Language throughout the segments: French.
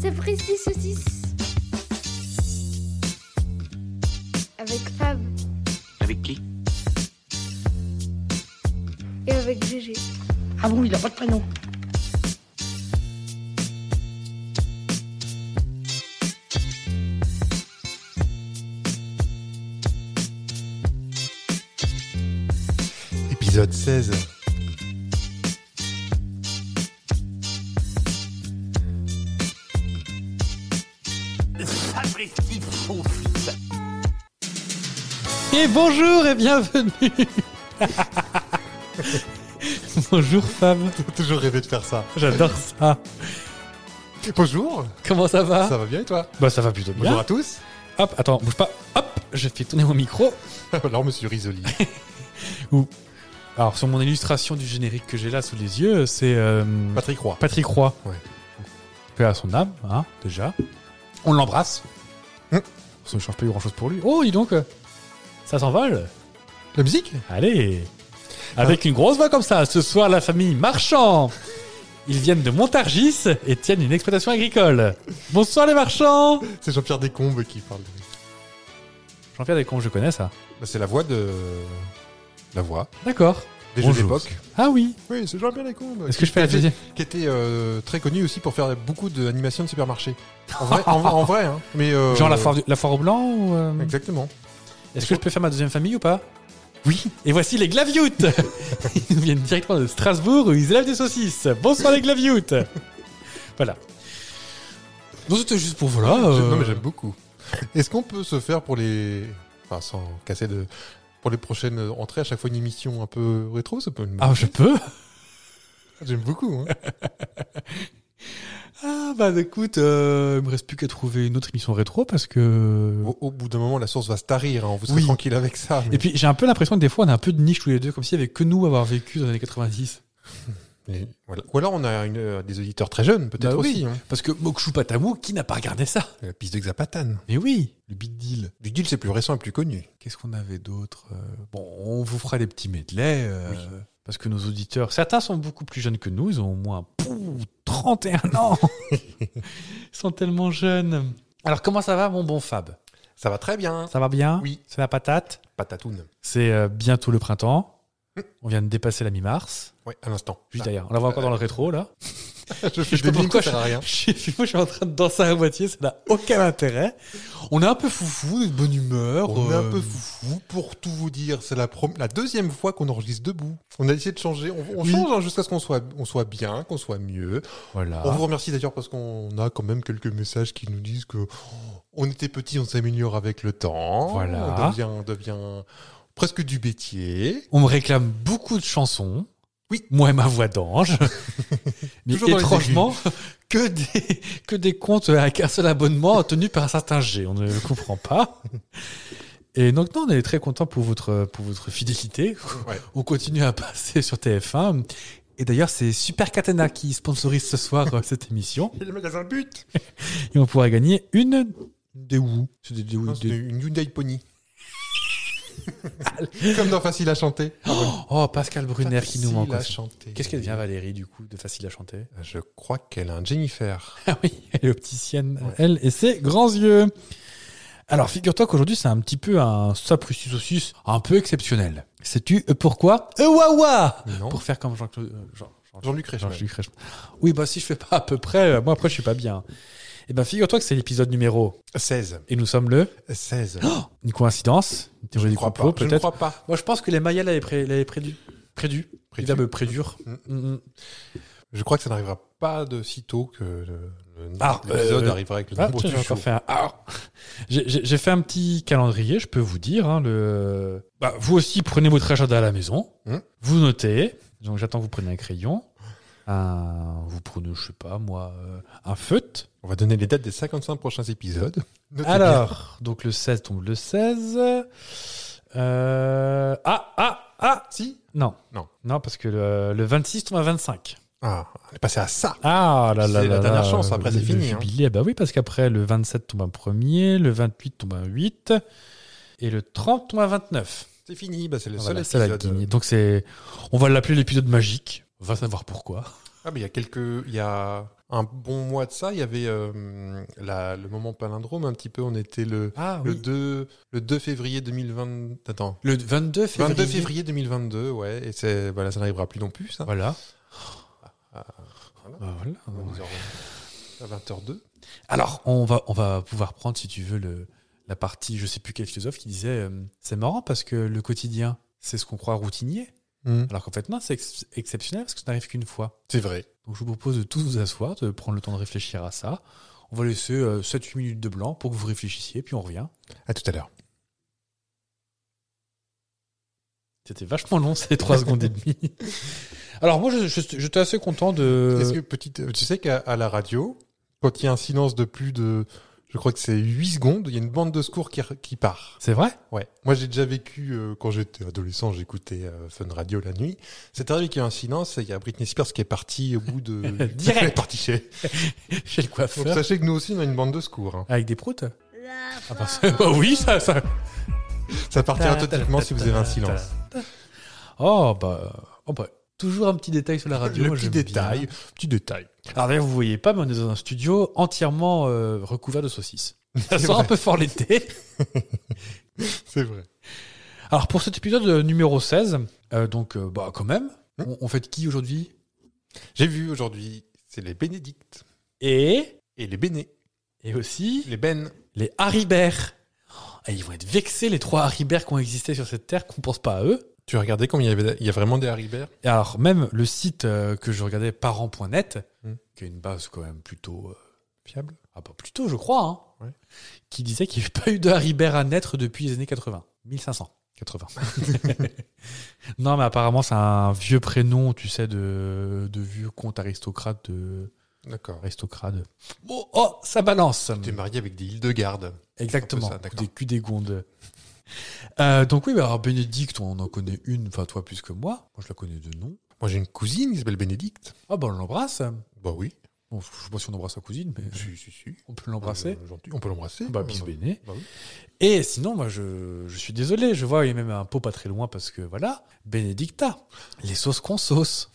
C'est Frisky Saucisse. Avec Fab Avec qui et avec Gégé. Ah bon, il n'a pas de prénom. Épisode 16. Et bonjour et bienvenue Bonjour femme, J'ai toujours rêvé de faire ça. j'adore ça. Bonjour, Comment ça va ça va Ah. bien et toi Bah ça va plutôt bien. Bonjour à tous. Hop, attends, bouge pas. Hop, je fais tourner mon micro. Alors monsieur Risoli. Alors sur mon illustration du générique que j'ai là sous les yeux, c'est euh, Patrick Roy. Patrick Roy. Ouais. Paix à son âme, hein, déjà. On l'embrasse. Hum. Ça ne change pas grand chose pour lui. Oh, dis donc euh, Ça s'envole La musique Allez Avec une grosse voix comme ça, ce soir, la famille Marchand Ils viennent de Montargis et tiennent une exploitation agricole. Bonsoir les marchands C'est Jean-Pierre Descombes qui parle. de musique. Jean-Pierre Descombes, je connais ça. Bah, C'est la voix de... La voix D'accord. des jeux Bonjour. d'époque. Ah oui Oui, c'est Jean-Pierre Descombes. Est-ce que je fais la deuxième Qui était euh, très connu aussi pour faire beaucoup d'animations de supermarché. En vrai, en, en vrai hein. Mais, euh, Genre la foire, du- la foire au blanc ou, euh, Exactement. Est-ce que je peux faire ma deuxième famille ou pas Oui Et voici les glavioutes Ils nous viennent directement de Strasbourg où ils élèvent des saucisses. Bonsoir les glavioutes Voilà. Donc c'était juste pour voilà. Je- euh, Non mais j'aime beaucoup. Est-ce qu'on peut se faire pour les... Enfin, sans casser de... Pour les prochaines entrées, à chaque fois une émission un peu rétro, ça peut... Ah je peux J'aime beaucoup. hein. Ah bah écoute, euh, il me reste plus qu'à trouver une autre émission rétro parce que. Au, au bout d'un moment, la source va se tarir. hein. Vous serez Oui. tranquille avec ça. mais- Et puis j'ai un peu l'impression que des fois on a un peu de niche tous les deux, comme s'il y avait que nous à avoir vécu dans les années 86. mais voilà. Ou alors, on a une, euh, des auditeurs très jeunes, peut-être Bah oui. aussi. Hein. Parce que Mokshu Patamou, qui n'a pas regardé ça La Euh, piste d'Exapatane. Mais oui, le Big Deal. Du deal, c'est plus récent et plus connu. Qu'est-ce qu'on avait d'autre Euh, Bon, on vous fera des petits medleys. euh, Parce que nos auditeurs, certains sont beaucoup plus jeunes que nous, ils ont au moins pouf, 31 ans. ils sont tellement jeunes. Alors comment ça va mon bon Fab Ça va très bien. Ça va bien Oui. C'est la patate Patatoune. C'est euh, bientôt le printemps. Mm. On vient de dépasser la mi-mars. Oui, à l'instant. Juste d'ailleurs, on la voit encore dans le rétro là. Bah, je Je fais sais des pas mimes, pourquoi ça sert à rien. Je, suis- moi, je suis en train de danser à moitié, ça n'a aucun intérêt. On est un peu foufou, on est de bonne humeur. On est euh, un peu foufou pour tout vous dire. C'est la, prom- la deuxième fois qu'on enregistre debout. On a essayé de changer. On, on Oui. change hein, jusqu'à ce qu'on soit, on soit bien, qu'on soit mieux. Voilà. On vous remercie d'ailleurs parce qu'on a quand même quelques messages qui nous disent que oh, on était petit, on s'améliore avec le temps. Voilà. On devient, on devient presque du bêtier. On me réclame beaucoup de chansons. Oui. Moi et ma voix d'ange. Mais Toujours dans les étrangement, que des, que des comptes avec un seul abonnement tenus par un certain G. On ne comprend pas. Et donc, non, on est très content pour votre, pour votre fidélité. Ouais. On continue à passer sur TF1. Et d'ailleurs, c'est Super Catena qui sponsorise ce soir euh, cette émission. Et le magasin but Et on pourra gagner une des Wou. C'est des, des Wou- Non, des- c'était Hein, une Hyundai Pony. Comme dans Facile à chanter. Oh, Pascal Brunner qui nous manque. Facile à aussi. chanter. Qu'est-ce qu'elle devient, Valérie, du coup, de facile à chanter Je crois qu'elle a un Jennifer. Ah oui, elle est opticienne, Ouais. elle, et ses grands yeux. Alors, figure-toi qu'aujourd'hui, c'est un petit peu un saprissus saucisse un peu exceptionnel. Sais-tu pourquoi Euh, Wawa Non. Pour faire comme Jean-Claude. euh, Jean- Jean- Jean-Luc Reichmann. Jean-Luc Reichmann. Oui, bah si je fais pas à peu près, euh, moi après, je suis pas bien. Eh ben, figure-toi que c'est l'épisode numéro. 16. Et nous sommes le. 16. Une coïncidence Une théorie je ne du crois complot, pas. Je ne peut-être crois pas. Moi, je pense que les Mayas l'avaient pré- l'avaient prédu. Prédu. Prédu. Le verbe prédure. Mm. Mm, mm. Je crois que ça n'arrivera pas de sitôt que le- le- Ah, l'épisode euh, arrivera avec le Ah, nombre tiens, du j'ai encore show. fait un Ah J'ai- J'ai j'ai fait un petit calendrier, je peux vous dire. hein, le... Bah, vous aussi, prenez votre agenda à la maison. Hum. Vous notez. Donc, j'attends que vous preniez un crayon. Un... Vous prenez, je sais pas moi, euh, un feutre. On va donner les dates des 55 prochains épisodes. Notez Alors, donc le 16 tombe le 16. Euh, Ah, ah, ah Si Non. Non. Non, parce que le, le 26 tombe à 25. Ah, on est passé à ça. Ah là C'est là la là dernière là, chance, après, le- c'est fini, Le hein. jubilé, bah oui, parce qu'après le 27 tombe un premier, le 28 tombe un 8 et le 30 tombe un 29. C'est fini, bah, c'est le seul Voilà, c'est la épisode. guignée. Donc c'est, on va l'appeler l'épisode magique. On va savoir pourquoi. Ah, mais il y a quelques. Il y a un bon mois de ça, il y avait euh, la- le moment palindrome un petit peu. On était le, Ah le, 2, le 2 février 2020. Attends. Le 22 février. 22 février 2022, ouais. Et c'est, voilà, ça n'arrivera plus non plus, ça. Voilà. Ah, voilà. Bah, voilà. À 20h02. Alors, on va, on va pouvoir prendre, si tu veux, le, la partie, je sais plus quel philosophe qui disait euh, C'est marrant parce que le quotidien, c'est ce qu'on croit routinier. Alors qu'en fait, non, c'est ex- exceptionnel parce que ça n'arrive qu'une fois. C'est vrai. Donc, je vous propose de tous vous asseoir, de prendre le temps de réfléchir à ça. On va laisser 7-8 minutes de blanc pour que vous réfléchissiez, puis on revient. À tout à l'heure. C'était vachement long, ces 3 secondes et demie. Alors, moi, je- je- j'étais assez content de. Est-ce que petite, euh, tu sais qu'à à la radio, quand il y a un silence de plus de, je crois que c'est 8 secondes, il y a une bande de secours qui, qui part. C'est vrai Ouais. Moi, j'ai déjà vécu, euh, quand j'étais adolescent, j'écoutais euh, Fun Radio la nuit. C'est arrivé qu'il y a un silence et il y a Britney Spears qui est partie au bout de... Direct. Elle est partie chez... Chez le Donc, coiffeur. sachez que nous aussi, on a une bande de secours. hein. Avec des proutes La Ah bah, c'est- bah oui, ça, ça. Ça partira totalement si vous avez un silence. Oh bah, oh bah, toujours un petit détail sur la radio. Le moi, petit j'aime détail, bien. petit détail. Alors d'ailleurs, vous voyez pas, mais on est dans un studio entièrement euh, recouvert de saucisses. Ça C'est sent un vrai. peu fort l'été. C'est vrai. Alors pour cet épisode euh, numéro 16, euh, donc euh, bah quand même, on, on fait qui aujourd'hui J'ai vu aujourd'hui, c'est les Bénédictes Et et les Bénés, et aussi les Ben. les Haribert. Oh, Et ils vont être vexés les trois Haribert qui ont existé sur cette terre qu'on pense pas à eux. Tu as regardé combien il y, avait, il y a vraiment des Haribert Et alors, même le site euh, que je regardais, parents.net, Mm. qui a une base quand même plutôt. euh, Fiable ah bah, plutôt, je crois, hein, Ouais. qui disait qu'il n'y avait pas eu de Haribert à naître depuis les années 80. 1580. non, mais apparemment, c'est un vieux prénom, tu sais, de, de vieux comte aristocrate. De, D'accord. aristocrate. Bon, oh, ça balance T'es marié avec des îles de garde. Exactement, C'est un peu ça, des culs des gondes. Euh, donc oui, bah, alors Bénédicte, on en connaît une, enfin toi plus que moi. Moi, je la connais de nom. Moi, j'ai une cousine qui s'appelle Bénédicte. Ah bah, on l'embrasse. Bah oui. Bon, je sais pas si on embrasse sa cousine, mais Si, si, si. Mm. on peut l'embrasser. Euh, gentil. On peut l'embrasser. Bah, bis béné. Bah oui. Et sinon, moi, je, je suis désolé, je vois, il y a même un pot pas très loin parce que voilà, Benedicta, les sauces qu'on sauce.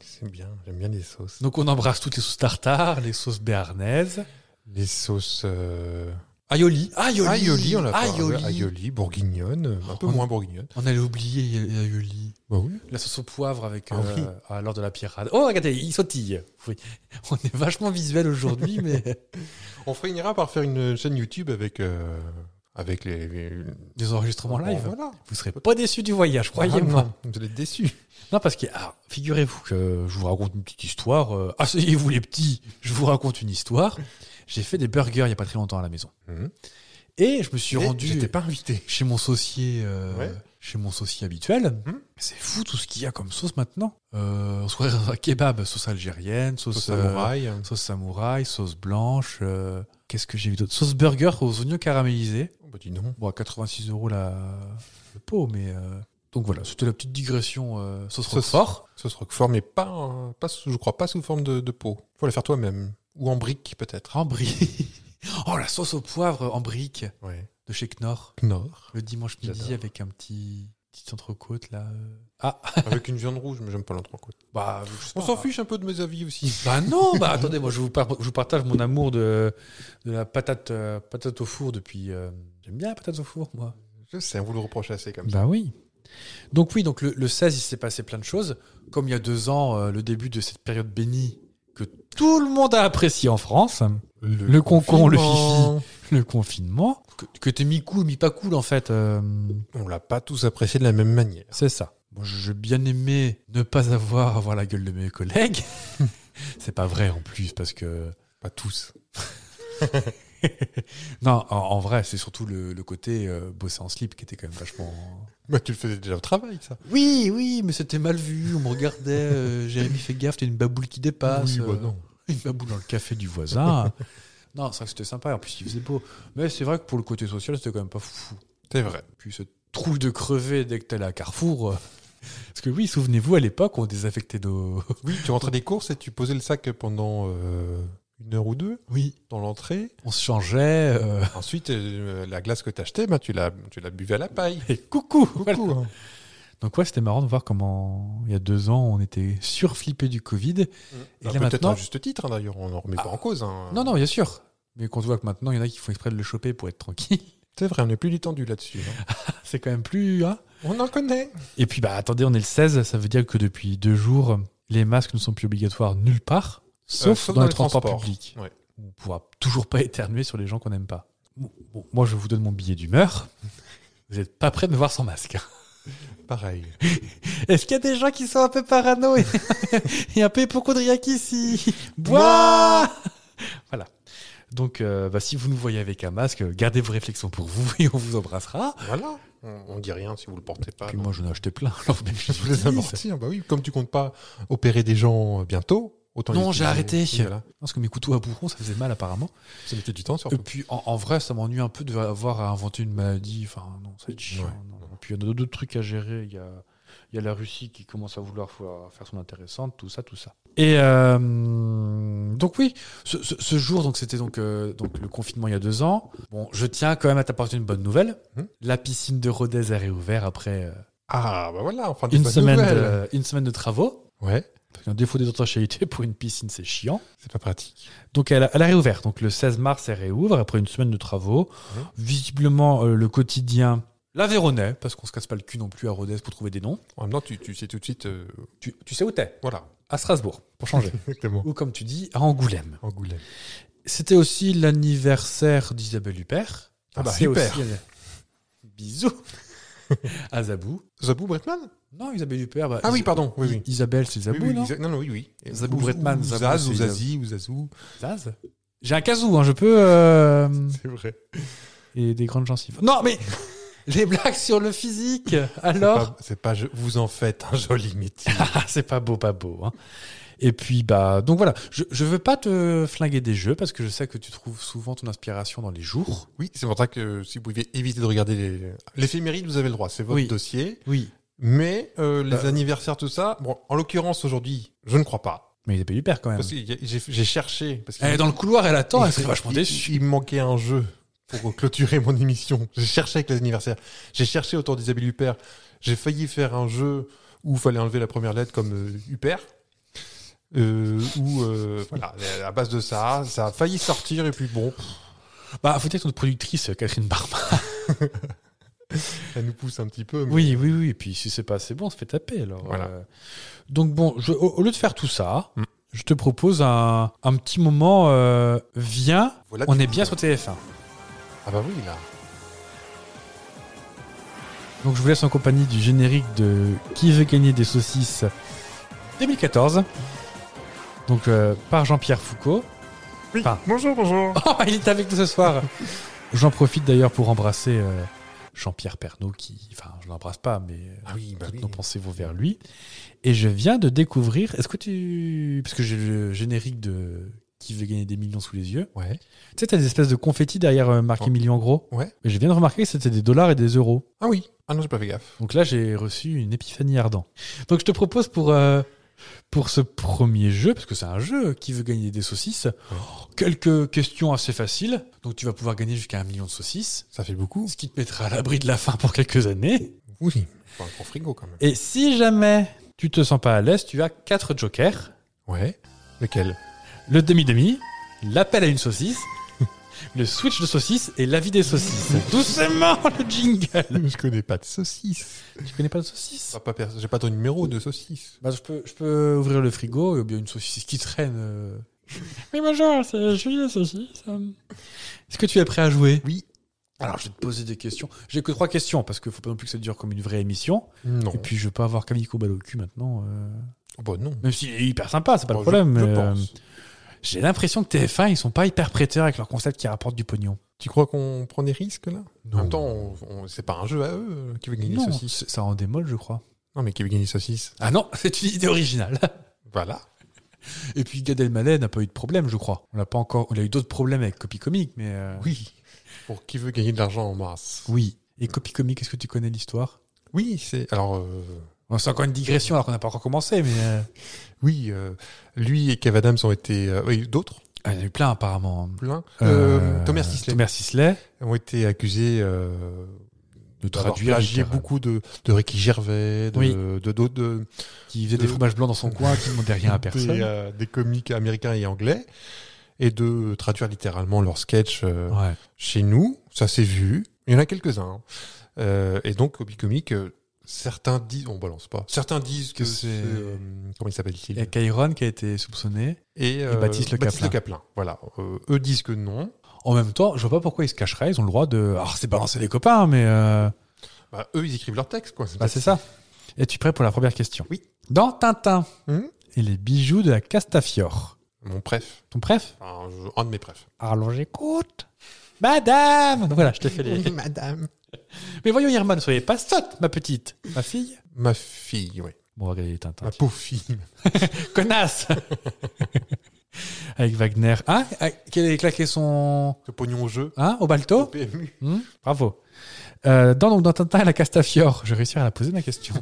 C'est bien, j'aime bien les sauces. Donc, on embrasse toutes les sauces tartare, les sauces béarnaises. Les sauces. Euh... Aioli. Aioli. Aioli, on l'a pas. Aioli. Aioli, bourguignonne, un peu Oh. moins bourguignonne. On allait oublier euh, Aioli. Bah oui. La sauce au poivre avec Ah euh, oui. à l'heure de la pirade. Oh, regardez, il sautille. Oui. On est vachement visuel aujourd'hui, mais On finira par faire une chaîne YouTube avec. euh, Avec les, les- des enregistrements live. Ah, Voilà. Vous serez pas déçus du voyage, croyez-moi. Vraiment, Vous êtes déçus. Non, parce que alors, figurez-vous que je vous raconte une petite histoire. euh, Asseyez-vous les petits, je vous raconte une histoire. J'ai fait des burgers il y a pas très longtemps à la maison. Mhm. Et je me suis Mais rendu J'étais pas invité. chez mon saucier, euh, Ouais. chez mon saucier habituel. Mhm. C'est fou tout ce qu'il y a comme sauce maintenant. Euh, on se croirait dans un kebab, sauce algérienne, sauce, Sauce euh, samouraï. sauce samouraï, sauce blanche. euh, Qu'est-ce que j'ai vu d'autre Sauce burger aux oignons caramélisés. Oh, Bah dis non. Bon, à 86 euros la... le pot, mais... euh, Donc voilà, c'était la petite digression euh, sauce Sauce- roquefort. Sauce roquefort, mais pas, euh, pas sous- je crois pas sous forme de, de peau. Faut la faire toi-même. Ou en brique peut-être. En brique. Oh, la sauce au poivre en brique Ouais. de chez Knorr. Nord. Le dimanche midi J'adore. avec un petit petite entrecôte là. euh. Ah, Avec une viande rouge, mais j'aime pas l'entrecôte. bah. On s'en fiche un peu de mes avis aussi. Bah non, bah attendez, moi je vous, par- je vous partage mon amour de, de la patate, euh, patate au four depuis. euh, J'aime bien la patate au four, moi. Je sais, on vous le reproche assez comme ça. Bah oui. Donc oui, donc le, le 16, il s'est passé plein de choses. Comme il y a deux ans, euh, le début de cette période bénie que tout le monde a apprécié en France, Bah, Le concon, le confinement. le confinement, que, que t'es mi-cool, mi-pas cool en fait. euh, On l'a pas tous apprécié de la même manière. C'est ça. Moi, je- j'ai bien aimé ne pas avoir à voir la gueule de mes collègues. c'est pas vrai en plus parce que Pas tous. non, en, en vrai, c'est surtout le, le côté euh, bosser en slip qui était quand même vachement. Bah, tu le faisais déjà au travail, ça. Oui, oui, mais c'était mal vu. On me regardait. euh, Jérémy fait gaffe, t'as une baboule qui dépasse. euh, oui, bah non. une baboule dans le café du voisin. non, c'est vrai que c'était sympa. En plus, il faisait beau. Mais c'est vrai que pour le côté social, c'était quand même pas fou. C'est vrai. Puis ce trou de crevé dès que t'allais à Carrefour. euh, Parce que oui, souvenez-vous, à l'époque, on désaffectait nos. Oui, tu rentrais des courses et tu posais le sac pendant euh, une heure ou deux Oui. dans l'entrée. On se changeait. euh, Ensuite, euh, la glace que t'achetais, bah, tu la, tu la buvais à la paille. Et coucou, voilà. Coucou, hein. Donc ouais, c'était marrant de voir comment, il y a deux ans, on était surflippé du Covid. Et là, Bah, Peut-être maintenant- à juste titre, hein, d'ailleurs, on n'en remet Ah. pas en cause. hein. Non, non, bien sûr. Mais quand on voit que maintenant, il y en a qui font exprès de le choper pour être tranquille, C'est vrai, on n'est plus détendu là-dessus. hein. Euh, c'est quand même plus... hein. on en connaît. Et puis, bah attendez, on est le 16, ça veut dire que depuis deux jours, les masques ne sont plus obligatoires nulle part, Euh, sauf, dans, les transports, publics. Ouais. On ne pourra toujours pas éternuer sur les gens qu'on n'aime pas. Bon, bon, moi, je vous donne mon billet d'humeur. Vous n'êtes pas prêts de me voir sans masque. hein. Pareil. Est-ce qu'il y a des gens qui sont un peu parano et, et un peu hypochondriaques ici Bois Voilà. Donc, euh, bah, si vous nous voyez avec un masque, gardez vos réflexions pour vous et on vous embrassera. Voilà. On, ne dit rien si vous le portez pas. Puis donc. moi, j'en ai acheté plein. alors, mais Je je voulais l'utilise. amortir. Bah oui, comme tu comptes pas opérer des gens euh, bientôt, autant Non, les j'ai utiliser. arrêté. Oui, voilà. Parce que mes couteaux à bourron, ça faisait mal apparemment. Ça mettait du temps Et surtout. puis, en, en vrai, ça m'ennuie un peu d'avoir à inventer une maladie. Enfin, non, c'est chiant. Ouais. non. Et Puis, il y a d'autres trucs à gérer. Il y a, il y a la Russie qui commence à vouloir faire faire son intéressante, tout ça, tout ça. Et euh, donc, oui, ce, ce- ce jour, donc c'était donc, euh, donc le confinement il y a deux ans. Bon, je tiens quand même à t'apporter une bonne nouvelle. Mhm. La piscine de Rodez a réouvert après euh, Ah, bah voilà, enfin, des une, bonnes semaine nouvelles. de, une semaine de travaux. Ouais, Parce qu'un défaut des entachalités pour une piscine, c'est chiant. c'est pas pratique. Donc elle a, elle a réouvert. Donc le 16 mars, elle réouvre après une semaine de travaux. Mhm. Visiblement, euh, le quotidien l'Aveyronais, parce qu'on se casse pas le cul non plus à Rodez pour trouver des noms. En même temps, tu, tu sais tout de suite. euh, Tu, tu sais où t'es voilà, À Strasbourg, pour changer. exactement. Ou comme tu dis, à Angoulême. Angoulême. C'était aussi l'anniversaire d'Isabelle Huppert. Ah bah, C'est Huppert. aussi- Bisous à Zabou. Zabou Bretman Non, Isabelle Huppert. bah, Ah oui, Is- pardon. Oui, oui. Isabelle, c'est Zabou, oui, oui, non Isa- non, oui, oui. Et- Zabou ou- Bretman, ou Zabou, Zaz, ou c'est- Zazie, ou Zazou. Zaz J'ai un casou, hein, je peux... euh, C'est vrai. et des grandes gencives. Non, mais les blagues sur le physique, alors C'est pas, je- vous en faites un joli métier. Ah, c'est pas beau, pas beau. hein. Et puis bah donc voilà, je, je veux pas te flinguer des jeux parce que je sais que tu trouves souvent ton inspiration dans les jours. oui, c'est pour ça que si vous pouviez éviter de regarder les- l'éphéméride, vous avez le droit. C'est votre Oui. dossier. Oui. Mais euh, les Bah. anniversaires, tout ça, bon, en l'occurrence aujourd'hui, je ne crois pas. Mais il est pas hyper quand même. Parce que y a- j'ai j'ai cherché. Parce qu'il- Elle est Euh. Eh, dans le couloir, elle attend, elle il- serait vachement il- déçue. Il me manquait un jeu pour clôturer mon émission. J'ai cherché avec les anniversaires. J'ai cherché autour d'Isabelle Huppert. J'ai failli faire un jeu où il fallait enlever la première lettre comme euh, Huppert. Euh, ou euh, voilà, à base de ça, ça a failli sortir et puis bon, Bah faut dire que notre productrice Catherine Barma. elle nous pousse un petit peu. mais- Oui, oui, oui. Et puis si c'est pas assez bon, on se fait taper. Alors Voilà. euh, donc bon, je- au, au lieu de faire tout ça, Mm. je te propose un, un petit moment. euh, viens, Voilà, on tu- est bien sur TF1. Ah bah oui là. Donc je vous laisse en compagnie du générique de Qui veut gagner des saucisses 2014. Donc euh, par Jean-Pierre Foucault. Enfin- Bonjour bonjour. Oh, il est avec nous ce soir. J'en profite d'ailleurs pour embrasser euh, Jean-Pierre Pernaud qui, enfin, je l'embrasse pas, mais euh, Ah oui bah toutes oui. nos pensées vont vers lui. Et je viens de découvrir. Est-ce que tu, parce que j'ai le générique de Qui veut gagner des millions sous les yeux. Ouais. Tu sais, t'as des espèces de confettis derrière euh, marqué Oh. millions en gros. Ouais. Et je viens de remarquer que c'était des dollars et des euros. Ah oui. Ah non j'ai pas fait gaffe. Donc là, j'ai reçu une épiphanie ardente. Donc je te propose pour, euh, pour ce premier jeu, parce que c'est un jeu qui veut gagner des saucisses, quelques questions assez faciles. Donc tu vas pouvoir gagner jusqu'à un million de saucisses, Ça fait beaucoup. ce qui te mettra à l'abri de la faim pour quelques années. Oui. Enfin, pour frigo quand même. Et si jamais tu te sens pas à l'aise, tu as quatre jokers. Ouais. Lequel Le demi-demi, l'appel à une saucisse, le switch de saucisse et l'avis des saucisses. Doucement le jingle Je connais pas de saucisse. Tu connais pas de saucisse Ah, pas perso- J'ai pas ton numéro de saucisse. Bah, je, peux, je peux ouvrir le frigo, il y a une saucisse qui traîne. euh. Oui, bonjour, c'est Julien Saucisse. euh. Est-ce que tu es prêt à jouer Oui. Alors, je vais te poser des questions. J'ai que trois questions, parce qu'il faut pas non plus que ça dure comme une vraie émission. Non. Et puis, je veux pas avoir Camille Combal au cul maintenant. euh. Bah non. Même s'il est hyper sympa, c'est pas Bon, le je- problème. je mais, euh, pense. J'ai l'impression que TF1, ils sont pas hyper prêteurs avec leur concept qui rapporte du pognon. Tu crois qu'on prend des risques là Non. En même temps, on- on- c'est pas un jeu à eux euh, qui veut gagner des Non, saucisses. c'est- ça en démol, je crois. Non, mais qui veut gagner des saucisses. Ah non, c'est une idée originale. Voilà. Et puis Gad Elmaleh n'a pas eu de problème, je crois. On a pas encore, on a eu d'autres problèmes avec Copy Comique, mais euh, Oui. Pour qui veut gagner de l'argent en mars. oui. Et Copy Comique, est-ce que tu connais l'histoire Oui, c'est. Alors, euh, Bon, C'est encore une digression alors qu'on n'a pas encore commencé, mais euh, oui, euh, lui et Kev Adams ont été. euh, oui, d'autres, ah, il y en a eu plein apparemment. plein. Euh, Euh, Thomas Sisley Thomas Sisley. ont été accusés euh, de d'avoir traduire plagié littéral. beaucoup de, de Ricky Gervais, de, Oui. de, d'autres- de- qui faisait de- des fromages blancs dans son coin, qui ne demandait rien à personne. des, euh, des comiques américains et anglais, et de traduire littéralement leurs sketchs euh, Ouais. chez nous. Ça s'est vu. Il y en a quelques-uns. hein. Euh, et donc, au Bicomique, euh, certains disent, on balance pas, certains disent que Que c'est. c'est- euh, comment il s'appelle-t-il Il y a Kyron qui a été soupçonné. Et, euh, Baptiste Le Baptiste Caplin. Voilà. Euh, eux disent que non. En même temps, je vois pas pourquoi ils se cacheraient. Ils ont le droit de. Alors, c'est balancer les copains, mais. euh, Bah, eux, ils écrivent leur texte, quoi. Bah, c'est ça. Es-tu prêt pour la première question Oui. Dans Tintin Mhm. et les bijoux de la Castafiore. Mon préf. Ton préf Enfin, je- un de mes préfs. Alors, j'écoute. Madame Donc Voilà, je t'ai fait les. Madame. mais voyons, Irma, ne soyez pas sotte, ma petite. Ma fille Ma fille, oui. Bon, on va regarder les Tintins. Ma pauvre fille. Connasse Avec Wagner. Hein Ah, Qu'elle ait claqué son. Le pognon au jeu. Hein Au Au balto PMU. Hmm, Bravo. Euh, dans, donc, dans Tintin et la Castafiore, je vais réussir à la poser ma question.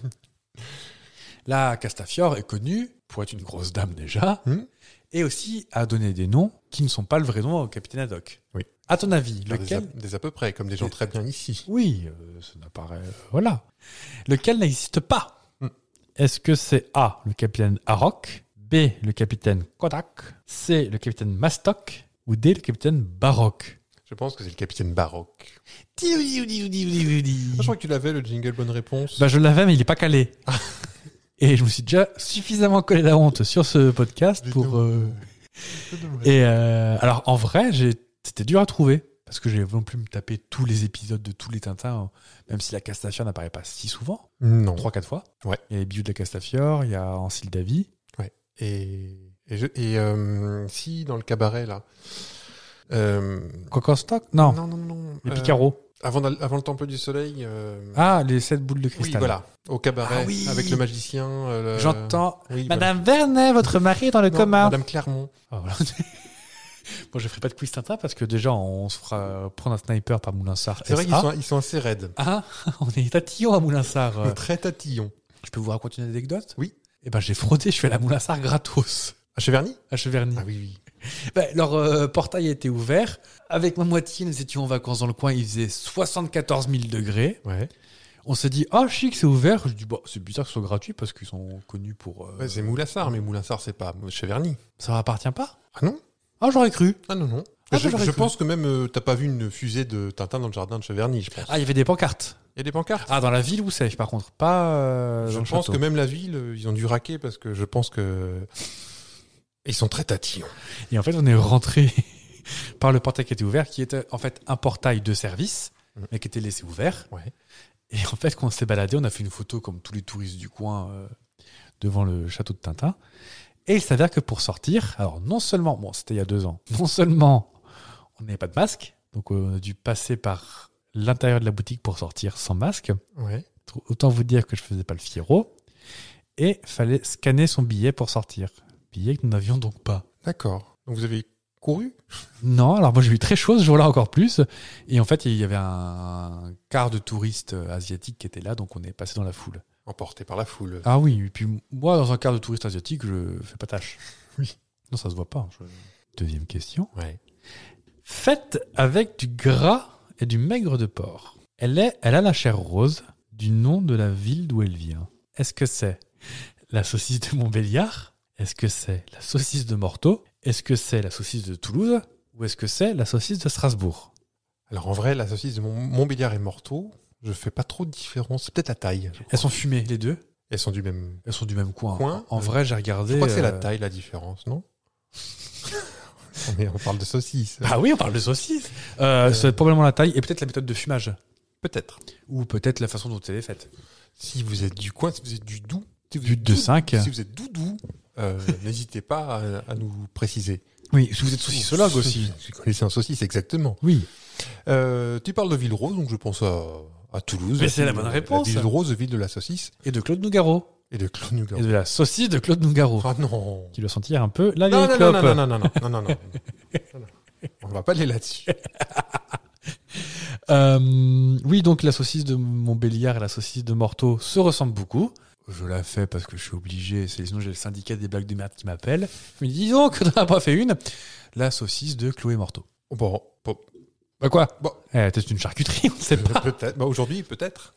la Castafiore est connue pour être une grosse dame déjà, Hmm. et aussi à donner des noms qui ne sont pas le vrai nom au capitaine Haddock. Oui. À ton Faire avis, Des, à, lequel des à peu près, comme des gens très bien ici. Oui, euh, ça n'apparaît. Voilà. Lequel n'existe pas Hmm. Est-ce que c'est A, le capitaine Harok, B, le capitaine Kodak, C, le capitaine Mastoc, ou D, le capitaine Baroque Je pense que c'est le capitaine Baroque. Je Ah, Je crois que tu l'avais, le jingle Bonne Réponse. Bah, je l'avais, mais il est pas calé. Et je me suis déjà suffisamment collé la honte sur ce podcast Dis donc. pour. euh, Et euh, alors, en vrai, j'ai- c'était dur à trouver parce que j'ai non plus me taper tous les épisodes de tous les Tintins, euh, même si la Castafiore n'apparaît pas si souvent, Non. 3-4 fois. Ouais. Il y a les bijoux de la Castafiore, il y a Ancile Davy. Et, et, je- et, euh, si, dans le cabaret, là. Euh, Coco Stock Non, Non, non, non. les euh, Picaro. avant, d'aller- avant le Temple du Soleil. euh, Ah, les 7 boules de oui, cristal. voilà. Au cabaret, Ah oui. avec le magicien. euh, le- J'entends. Oui, voilà. Madame Vernet, votre mari est dans le Non, coma. Madame Clermont. Ah, voilà. bon, je ferai pas de quiz Tintin parce que déjà, on se fera prendre un sniper par Moulinsart. C'est vrai qu'ils SA. sont, ils sont assez raides. Ah, on est tatillon à Moulinsart. Euh, Très tatillons. je peux vous raconter une anecdote Oui. Eh ben, j'ai fraudé, je fais la Moulinsart gratos À Cheverny à Cheverny. Ah oui, oui. Ben, leur euh, portail a été ouvert. Avec ma moitié, nous étions en vacances dans le coin. Il faisait 74 000 degrés. Ouais. On s'est dit, ah, chic, c'est ouvert. Je dis, bah, c'est bizarre que ce soit gratuit parce qu'ils sont connus pour. euh, Ouais, c'est Moulassar, mais Moulassar, c'est pas Cheverny. ça leur appartient pas Ah non Ah, j'aurais cru. Ah non, non. Ah, je bah, j'aurais je cru. pense que même, euh, t'as pas vu une fusée de Tintin dans le jardin de Cheverny, je pense. Ah, il y avait des pancartes. Il y a des pancartes. Ah, dans la ville où c'est, par contre, pas. euh, je dans le pense château. que même la ville, euh, ils ont dû raquer parce que je pense que. Ils sont très tatillons. Et en fait, on est rentré par le portail qui était ouvert, qui était en fait un portail de service, Mhm. mais qui était laissé ouvert. Ouais. Et en fait, quand on s'est baladé, on a fait une photo comme tous les touristes du coin euh, devant le château de Tintin. Et il s'avère que pour sortir, alors non seulement, bon, c'était il y a deux ans, non seulement on n'avait pas de masque, donc on a dû passer par l'intérieur de la boutique pour sortir sans masque. Ouais. Autant vous dire que je faisais pas le fiero. Et fallait scanner son billet pour sortir. Billet que nous n'avions donc pas. D'accord. Donc vous avez couru Non, alors moi j'ai eu très chaud ce jour-là encore plus. Et en fait, il y avait un quart de touristes euh, asiatiques qui étaient là, donc on est passé dans la foule. Emporté par la foule. Ah oui, et puis moi, dans un quart de touristes asiatiques, je fais pas tâche. Oui. Non, ça se voit pas. hein, je- Deuxième question. Ouais. Faite avec du gras et du maigre de porc. Elle, est, elle a la chair rose du nom de la ville d'où elle vient. Est-ce que c'est la saucisse de Montbéliard Est-ce que c'est la saucisse de Morteau Est-ce que c'est la saucisse de Toulouse Ou est-ce que c'est la saucisse de Strasbourg Alors en vrai, la saucisse de Mont- Montbéliard et Morteau, je fais pas trop de différence. C'est Peut-être la taille. je crois. Elles sont fumées, les deux Elles sont du même. Elles sont du même coin. Coin en vrai, j'ai regardé. Je crois que c'est la euh, taille la différence, non Mais on parle de saucisse. Ah oui, on parle de saucisse. Euh, C'est probablement la taille et peut-être la méthode de fumage. Peut-être. Ou peut-être la façon dont elle est faite. Si vous êtes du coin, si vous êtes du doux, si vous Du êtes doux, 2-5. si vous êtes doudou, euh, n'hésitez pas à, à nous préciser. Oui, si vous êtes Saucissologue aussi. Si vous connaissez un Oh, saucisse, exactement. Oui. Euh, tu parles de Ville Rose, donc je pense à, à Toulouse. Mais c'est la bonne réponse. Ville Rose, ville de la saucisse Et de Claude Nougaro. et de Claude Nougaro. Et de la saucisse de Claude Nougaro. Ah non. Qui doit sentir un peu la Non, vieille non, non, clope. non, non, non, non, non, non, non. Non, non. On va pas aller là-dessus. Euh, oui, donc la saucisse de Montbéliard et la saucisse de Morteau se ressemblent beaucoup. Je la fais parce que je suis obligé, c'est- sinon j'ai le syndicat des blagues de merde qui m'appelle. Mais dis donc, t'en as pas fait une. La saucisse de Chloé Morteau. Bon, bon, Bah quoi Bon. Eh, teste une charcuterie, on ne sait Euh, pas. Peut-être. Bah, Aujourd'hui, peut-être.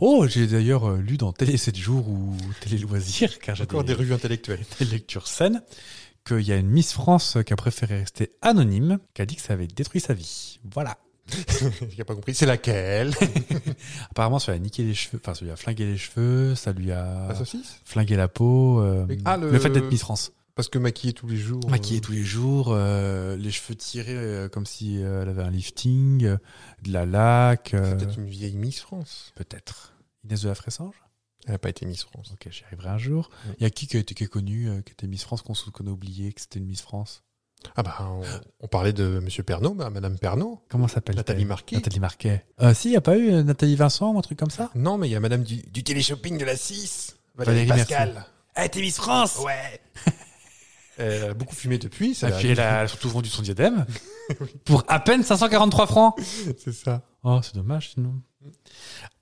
Oh, j'ai d'ailleurs euh, lu dans Télé 7 jours ou Télé Loisirs, car j'ai Encore des des, revues intellectuelles. des lectures saines, qu'il y a une Miss France qui a préféré rester anonyme, qui a dit que ça avait détruit sa vie. Voilà. J'ai pas compris. C'est laquelle Ah. Apparemment, ça lui a niqué les cheveux, enfin, ça lui a flingué les cheveux, ça lui a La saucisse flingué la peau. euh, Ah, le... le- fait d'être Miss France. Parce que maquiller tous les jours. Maquillée euh, tous les jours, euh, les cheveux tirés euh, comme si euh, elle avait un lifting, euh, de la laque. euh, C'est peut-être une vieille Miss France. Peut-être. Inès de la Fressange Elle n'a pas été Miss France. Ok, j'y arriverai un jour. Il Ouais. y a qui qui a été qui est connu, euh, qui était Miss France, qu'on sou- qu'on a oublié que c'était une Miss France Ah bah, on, on parlait de Monsieur Pernaud, bah, Madame Pernaud, Comment s'appelle Nathalie Marquet. Nathalie Marquet. Euh, si, il n'y a pas eu euh, Nathalie Vincent ou un truc comme ça Non, mais il y a Madame du, du téléshopping de la 6, Valérie, Valérie Pascal. Eh, t'es Miss France Ouais. Elle a beaucoup fumé depuis. ça Et l'a- Ah, puis elle a surtout vendu son diadème pour à peine 543 francs. C'est ça. Oh, c'est dommage sinon.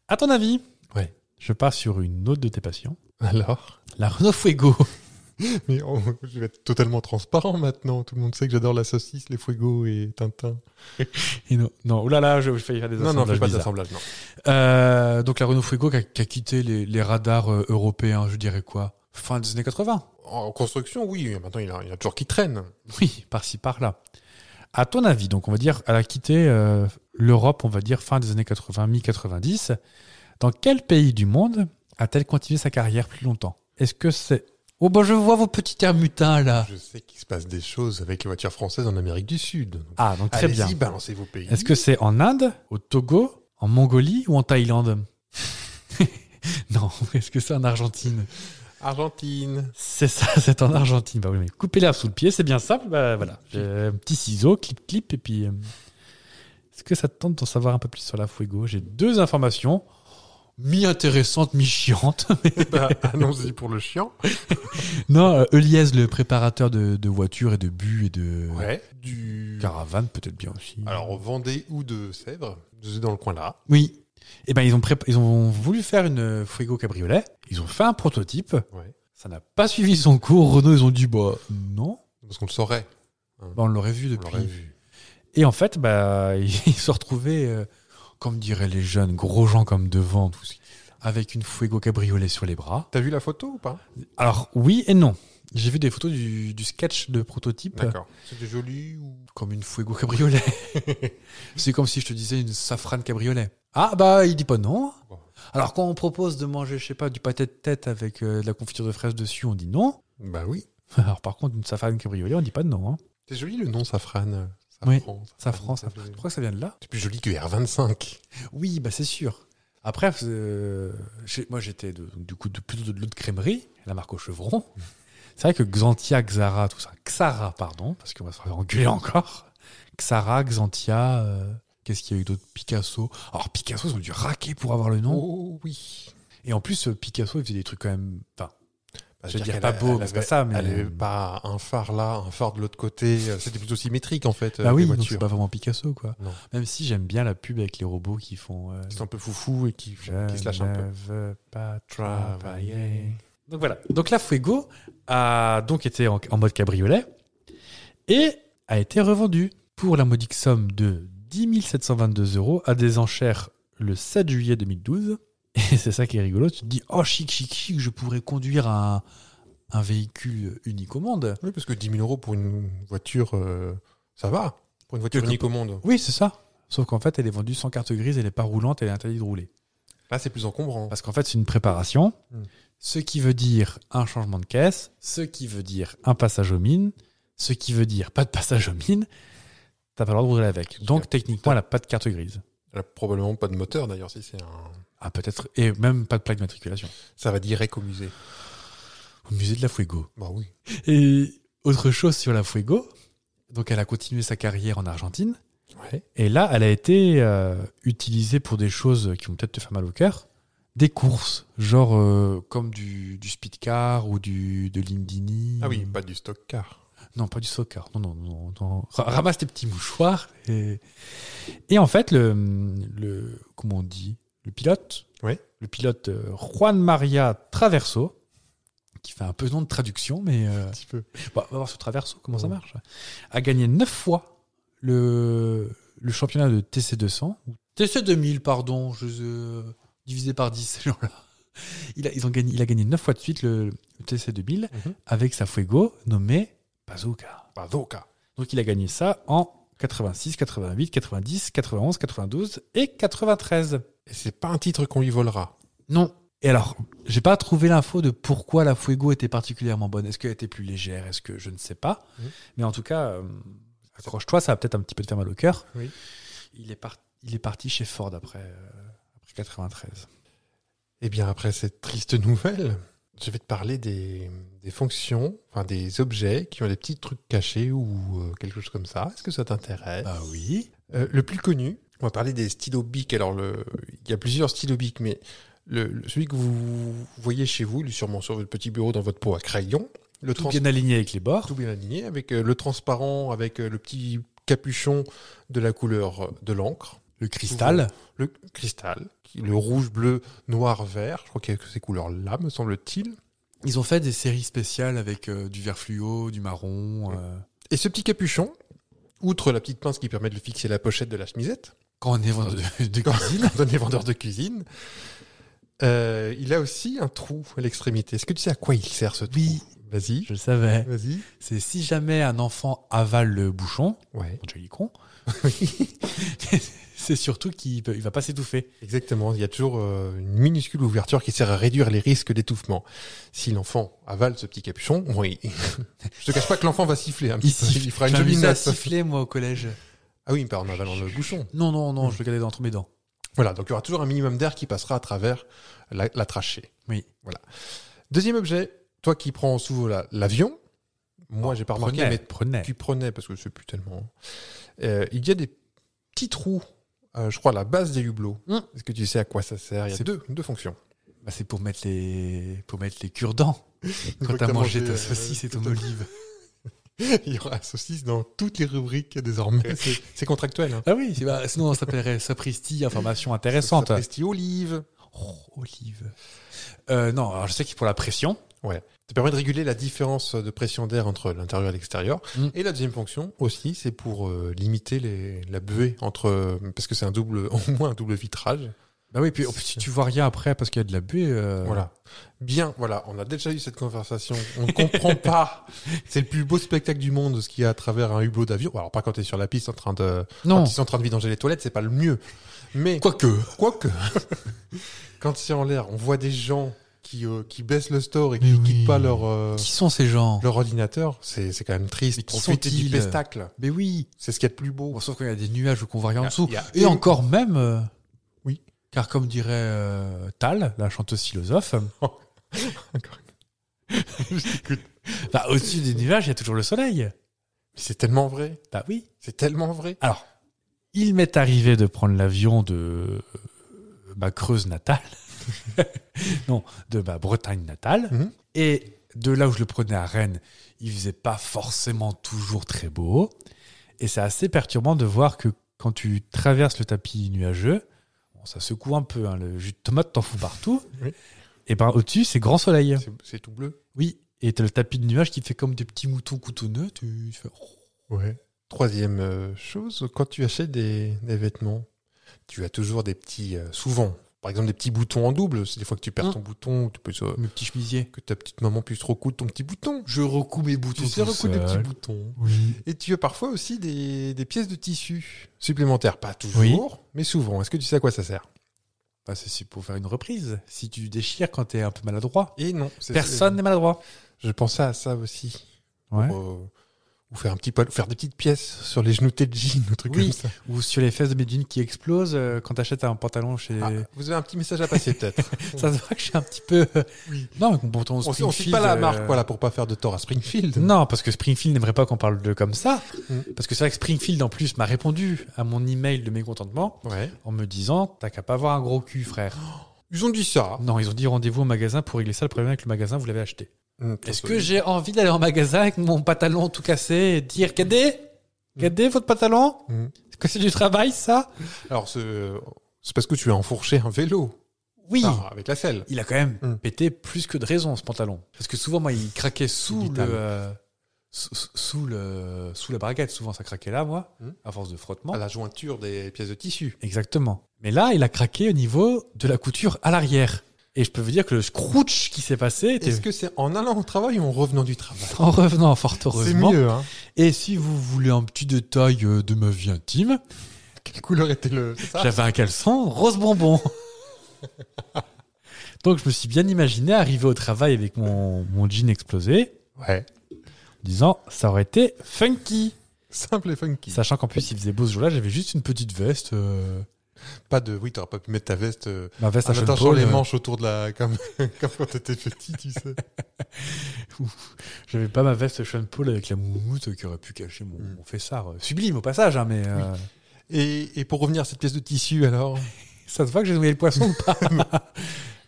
À ton avis Ouais. Je pars sur une autre de tes passions. Alors La Renault Fuego. Mais oh, je vais être totalement transparent maintenant. Tout le monde sait que j'adore la saucisse, les fuego et Tintin. Et non, non, oh là là, je je failli faire des Non, non, assemblages fais pas bizarres. d'assemblage, non. Euh, donc la Renault Fuego qui a, qui a quitté les, les radars euh, européens, je dirais quoi Fin des années 80 En construction, oui. Maintenant, il y en a, il y en a toujours qui traînent. Oui, par-ci, par-là. À ton avis, donc on va dire, elle a quitté euh, l'Europe, on va dire, fin des années 80, mi-90. Dans quel pays du monde a-t-elle continué sa carrière plus longtemps Est-ce que c'est... Oh ben je vois vos petits airs mutins là Je sais qu'il se passe des choses avec les voitures françaises en Amérique du Sud. Ah, donc très Allez-y, bien. balancez vos pays. Est-ce que c'est en Inde, au Togo, en Mongolie ou en Thaïlande Non, est-ce que c'est en Argentine Argentine. C'est ça, c'est en Argentine. Bah oui, mais couper l'herbe sous le pied, c'est bien simple. Bah voilà, J'ai un petit ciseau, clip, clip, et puis. euh, Est-ce que ça te tente d'en savoir un peu plus sur la Fuego J'ai deux informations, mi-intéressantes, mi-chiantes. Bah, Allons-y pour le chiant. non, euh, Elias, le préparateur de, de voitures et de buts et de Ouais. Du. caravanes, peut-être bien aussi. Alors, Vendée ou de Sèvres, c'est dans le coin là. Oui. Eh ben, ils ont, prépa- ils ont voulu faire une euh, Fuego cabriolet. Ils ont fait un prototype. Ouais. Ça n'a pas suivi son cours. Renault, ils ont dit, bah, non. Parce qu'on le saurait. Bah, on l'aurait vu On depuis. l'aurait vu. Et en fait, bah, ils se retrouvaient, euh, comme diraient les jeunes, gros gens comme devant, tous, avec une Fuego cabriolet sur les bras. T'as vu la photo ou pas Alors oui et non. J'ai vu des photos du, du sketch de prototype euh, D'accord. C'était joli ou. comme une Fuego cabriolet. C'est comme si je te disais une safrane cabriolet. Ah bah il dit pas non. Alors quand on propose de manger, je sais pas, du pâté de tête avec euh, de la confiture de fraises dessus, on dit non. Bah oui. Alors par contre une safrane cabriolet, on dit pas non. Hein. C'est joli le nom, Safran. Oui, Safran. Safran, ça safran. fait- Tu crois que ça vient de là C'est plus joli que R25. Oui, bah c'est sûr. Après, euh, j'ai- moi j'étais de- du coup de, plutôt de l'autre crèmerie, la marque au chevron. C'est vrai que Xantia, Xara, tout ça, Xara, pardon, parce qu'on va se faire engueuler encore. Xara, Xantia, euh, qu'est-ce qu'il y a eu d'autre Picasso. Alors Picasso, ils ont dû raquer pour avoir le nom. Oh oui. Et en plus, euh, Picasso, il faisait des trucs quand même. Enfin, Bah, je veux dire qu'elle pas a- beau, elle mais c'est avait- pas ça, mais. Elle avait pas un phare là, un phare de l'autre côté. Euh, C'était plutôt symétrique en fait. euh, bah oui, les donc voitures. c'est pas vraiment Picasso, quoi. Non. Même si j'aime bien la pub avec les robots qui font. euh, Qui sont un peu foufou et qui, qui se lâchent un peu. veux pas travailler. Donc voilà. Donc la Fuego a donc été en, en mode cabriolet et a été revendue pour la modique somme de 10 722 euros à des enchères le 7 juillet 2012. Et c'est ça qui est rigolo. Tu te dis, oh chic, chic, chic, je pourrais conduire un, un véhicule unique au monde. Oui, parce que 10 000 euros pour une voiture, euh, ça va. Pour une voiture Quelque unique au monde. Oui, c'est ça. Sauf qu'en fait, elle est vendue sans carte grise, elle n'est pas roulante, elle est interdite de rouler. Là, c'est plus encombrant. Parce qu'en fait, c'est une préparation. Mm. Ce qui veut dire un changement de caisse, ce qui veut dire un passage aux mines, ce qui veut dire pas de passage aux mines. T'as pas le droit de rouler avec. Donc, techniquement, elle a pas de carte grise. Elle a probablement pas de moteur d'ailleurs, si c'est un. Ah, peut-être. Et même pas de plaque d'immatriculation. Ça va direct au musée. Au musée de la Fuego. Bah oui. Et autre chose sur la Fuego. Donc, elle a continué sa carrière en Argentine. Et là, elle a été euh, utilisée pour des choses qui vont peut-être te faire mal au cœur. Des courses, genre euh, comme du, du speed car ou du, de l'Indini. Ah oui, pas du stock car. Non, pas du soccer. Non, non, non. non. Ra- Ramasse tes petits mouchoirs. Et, et en fait, le, le. Comment on dit Le pilote. Ouais. Le pilote euh, Juan Maria Traverso, qui fait un peu nom de traduction, mais. euh, petit peu. bah, on va voir sur Traverso comment ça Ouais. marche. A gagné neuf fois le, le championnat de TC200, ou TC2000, pardon, je, euh, divisé par 10, ces gens-là. Il a, ils ont gagné, il a gagné 9 fois de suite le, le TC2000 Mhm. avec sa Fuego nommée Bazooka. Bazooka. Donc il a gagné ça en 86, 88, 90, 91, 92 et 93. Et c'est pas un titre qu'on lui volera. Non. Et alors, j'ai pas trouvé l'info de pourquoi la Fuego était particulièrement bonne. Est-ce qu'elle était plus légère Est-ce que je ne sais pas Mhm. Mais en tout cas, euh, accroche-toi, ça va peut-être un petit peu te faire mal au cœur. Oui. Il est, par- il est parti chez Ford après, euh, après 93. Eh bien, après cette triste nouvelle, je vais te parler des, des fonctions, enfin des objets qui ont des petits trucs cachés ou euh, quelque chose comme ça. Est-ce que ça t'intéresse Bah oui. Euh, le plus connu, on va parler des stylos BIC. Alors, le- il y a plusieurs stylos BIC, mais le, le- celui que vous voyez chez vous, il est sûrement sur votre petit bureau dans votre pot à crayon. Le Tout trans- bien aligné avec les bords. tout bien aligné, avec euh, le transparent, avec euh, le petit capuchon de la couleur euh, de l'encre, Le cristal. le cristal, qui- le rouge, bleu, noir, vert. Je crois qu'il y a que ces couleurs-là, me semble-t-il. Ils ont fait des séries spéciales avec euh, du vert fluo, du marron. euh, Et ce petit capuchon, outre la petite pince qui permet de le fixer à la pochette de la chemisette, Quand on est vendeur de, de Quand- cuisine. dans les vendeurs de cuisine. Euh, il a aussi un trou à l'extrémité. Est-ce que tu sais à quoi il sert ce trou Oui. Vas-y. Je le savais. Vas-y. C'est si jamais un enfant avale le bouchon, Ouais. Mon Dieu, il est con. c'est surtout qu'il peut- il va pas s'étouffer. Exactement. Il y a toujours euh, une minuscule ouverture qui sert à réduire les risques d'étouffement. Si l'enfant avale ce petit capuchon, bon, il- je te cache pas que l'enfant va siffler. un petit peu. siffle. il fera une Je jolie m'amusais à nasse. siffler, moi, au collège. Ah oui, par en avalant le bouchon. Non, non, non, Mm. je le gardais entre mes dents. Voilà. Donc il y aura toujours un minimum d'air qui passera à travers la, la trachée. Oui. Deuxième objet. Toi qui prends souvent la- l'avion. Moi, j'ai pas remarqué, mais prenez. tu prenais, parce que c'est plus tellement. Euh, il y a des petits trous, euh, je crois, à la base des hublots. Hmm. Est-ce que tu sais à quoi ça sert Il y a C'est- deux, deux fonctions. Bah, c'est pour mettre les, pour mettre les cure-dents. Quand t'as mangé ta saucisse et euh, ton olive. Il y aura saucisse dans toutes les rubriques désormais. C'est c'est contractuel. Hein. Ah oui, c'est- bah, sinon on s'appellerait Sapristi, information intéressante. Sapristi olive. Oh, olive. Euh, non, alors je sais qu'il pour la pression. Ça permet de réguler la différence de pression d'air entre l'intérieur et l'extérieur. Hmm. Et la deuxième fonction aussi, c'est pour euh, limiter les, la buée entre, euh, parce que c'est un double, au moins un double vitrage. Euh, Bah oui, puis oh, puis tu vois rien après parce qu'il y a de la buée. euh, Voilà. Bien, voilà, on a déjà eu cette conversation. On ne comprend pas. C'est le plus beau spectacle du monde, ce qu'il y a à travers un hublot d'avion. Alors, pas quand t'es sur la piste en train de, Non. quand ils sont en train de vidanger les toilettes, c'est pas le mieux. Mais, Quoique. quoique, quand c'est en l'air, on voit des gens qui, euh, qui baissent le store et qui Mais oui. quittent pas leur, euh, Qui sont ces gens leur ordinateur. C'est, c'est quand même triste. Mais qui Profitez du sont-ils pestacle. Mais oui. C'est ce qu'il y a de plus beau. Bon, sauf qu'il y a des nuages ou qu'on voit rien en dessous. Il y a- Et Et encore même. euh, Oui. Car comme dirait euh, Tal, la chanteuse philosophe, euh, Encore. bah, au-dessus des nuages, il y a toujours le soleil. C'est tellement vrai. Bah oui. C'est tellement vrai. Alors, il m'est arrivé de prendre l'avion de euh, ma Creuse natale, non, de ma Bretagne natale, Mhm. et de là où je le prenais à Rennes, il faisait pas forcément toujours très beau, et c'est assez perturbant de voir que quand tu traverses le tapis nuageux, bon, ça secoue un peu, hein, le jus de tomate t'en fout partout, Oui. et ben au-dessus c'est grand soleil. C'est, c'est tout bleu. Oui, et t'as le tapis de nuages qui fait comme des petits moutons coutonneux, tu, tu fais... Ouais. Troisième euh, chose, quand tu achètes des, des vêtements, tu as toujours des petits, euh, souvent, par exemple des petits boutons en double. C'est des fois que tu perds Hein. ton bouton, tu peux, euh, mes petits chemisiers. que ta petite maman puisse recoudre ton petit bouton. Je recous mes boutons. Tu sais tout recoudre des seul. petits boutons. Oui. Et tu as parfois aussi des, des pièces de tissu supplémentaires. Pas toujours, mais souvent. Est-ce que tu sais à quoi ça sert Bah, c'est- c'est pour faire une reprise. Si tu déchires quand t'es un peu maladroit. Et non. c'est- Personne n'est maladroit. Je pensais à ça aussi. Ouais. Pour, euh, ou faire, un petit, pal- faire des petites pièces sur les genoux de jean, un truc Oui. comme ça. Ou sur les fesses de mes jeans qui explosent euh, quand t'achètes un pantalon chez. Ah, vous avez un petit message à passer peut-être. Ça se voit que je suis un petit peu. euh, Oui. Non, mais bon, ton On ne Springfield, suit pas la euh, marque, voilà, pour pas faire de tort à Springfield. Non, parce que Springfield n'aimerait pas qu'on parle de comme ça. Mm. Parce que c'est vrai que Springfield, en plus, m'a répondu à mon email de mécontentement Ouais. en me disant T'as qu'à pas avoir un gros cul, frère. Ils ont dit ça. Non, ils ont dit rendez-vous au magasin pour régler ça. Le problème avec le magasin, vous l'avez acheté. Hum, Est-ce que j'ai envie d'aller en magasin avec mon pantalon tout cassé et dire Regardez Regardez votre pantalon Mm. Est-ce que c'est du travail ça Alors, ce- c'est parce que tu as enfourché un vélo. Oui Enfin, avec la selle. Il a quand même Mm. pété plus que de raison ce pantalon. Parce que souvent, moi, il craquait sous le, Vital. euh, sous, sous le, sous la braguette. Souvent, ça craquait là, moi, Mhm. à force de frottement. À la jointure des pièces de tissu. Exactement. Mais là, il a craqué au niveau de la couture à l'arrière. Et je peux vous dire que le scrooge qui s'est passé était Est-ce que c'est en allant au travail ou en revenant du travail en revenant fort C'est heureusement. mieux, hein. Et si vous voulez un petit détail euh, de ma vie intime, Quelle couleur était le. c'est ça j'avais un caleçon rose bonbon. Donc je me suis bien imaginé arriver au travail avec mon, mon jean explosé, Ouais. en disant ça aurait été funky. Simple et funky. Sachant qu'en plus il faisait beau ce jour-là, j'avais juste une petite veste, euh, Pas de. Oui, t'aurais pas pu mettre ta veste euh, ma veste en à attachant cheval les manches autour de la. Comme, comme quand t'étais petit, tu sais. J'avais pas ma veste Sean Paul avec la moumoute qui aurait pu cacher mon, Mm. mon fessard. euh, Sublime au passage, hein, mais euh, Et, et pour revenir à cette pièce de tissu, alors ça se voit que j'ai noyé le poisson ou pas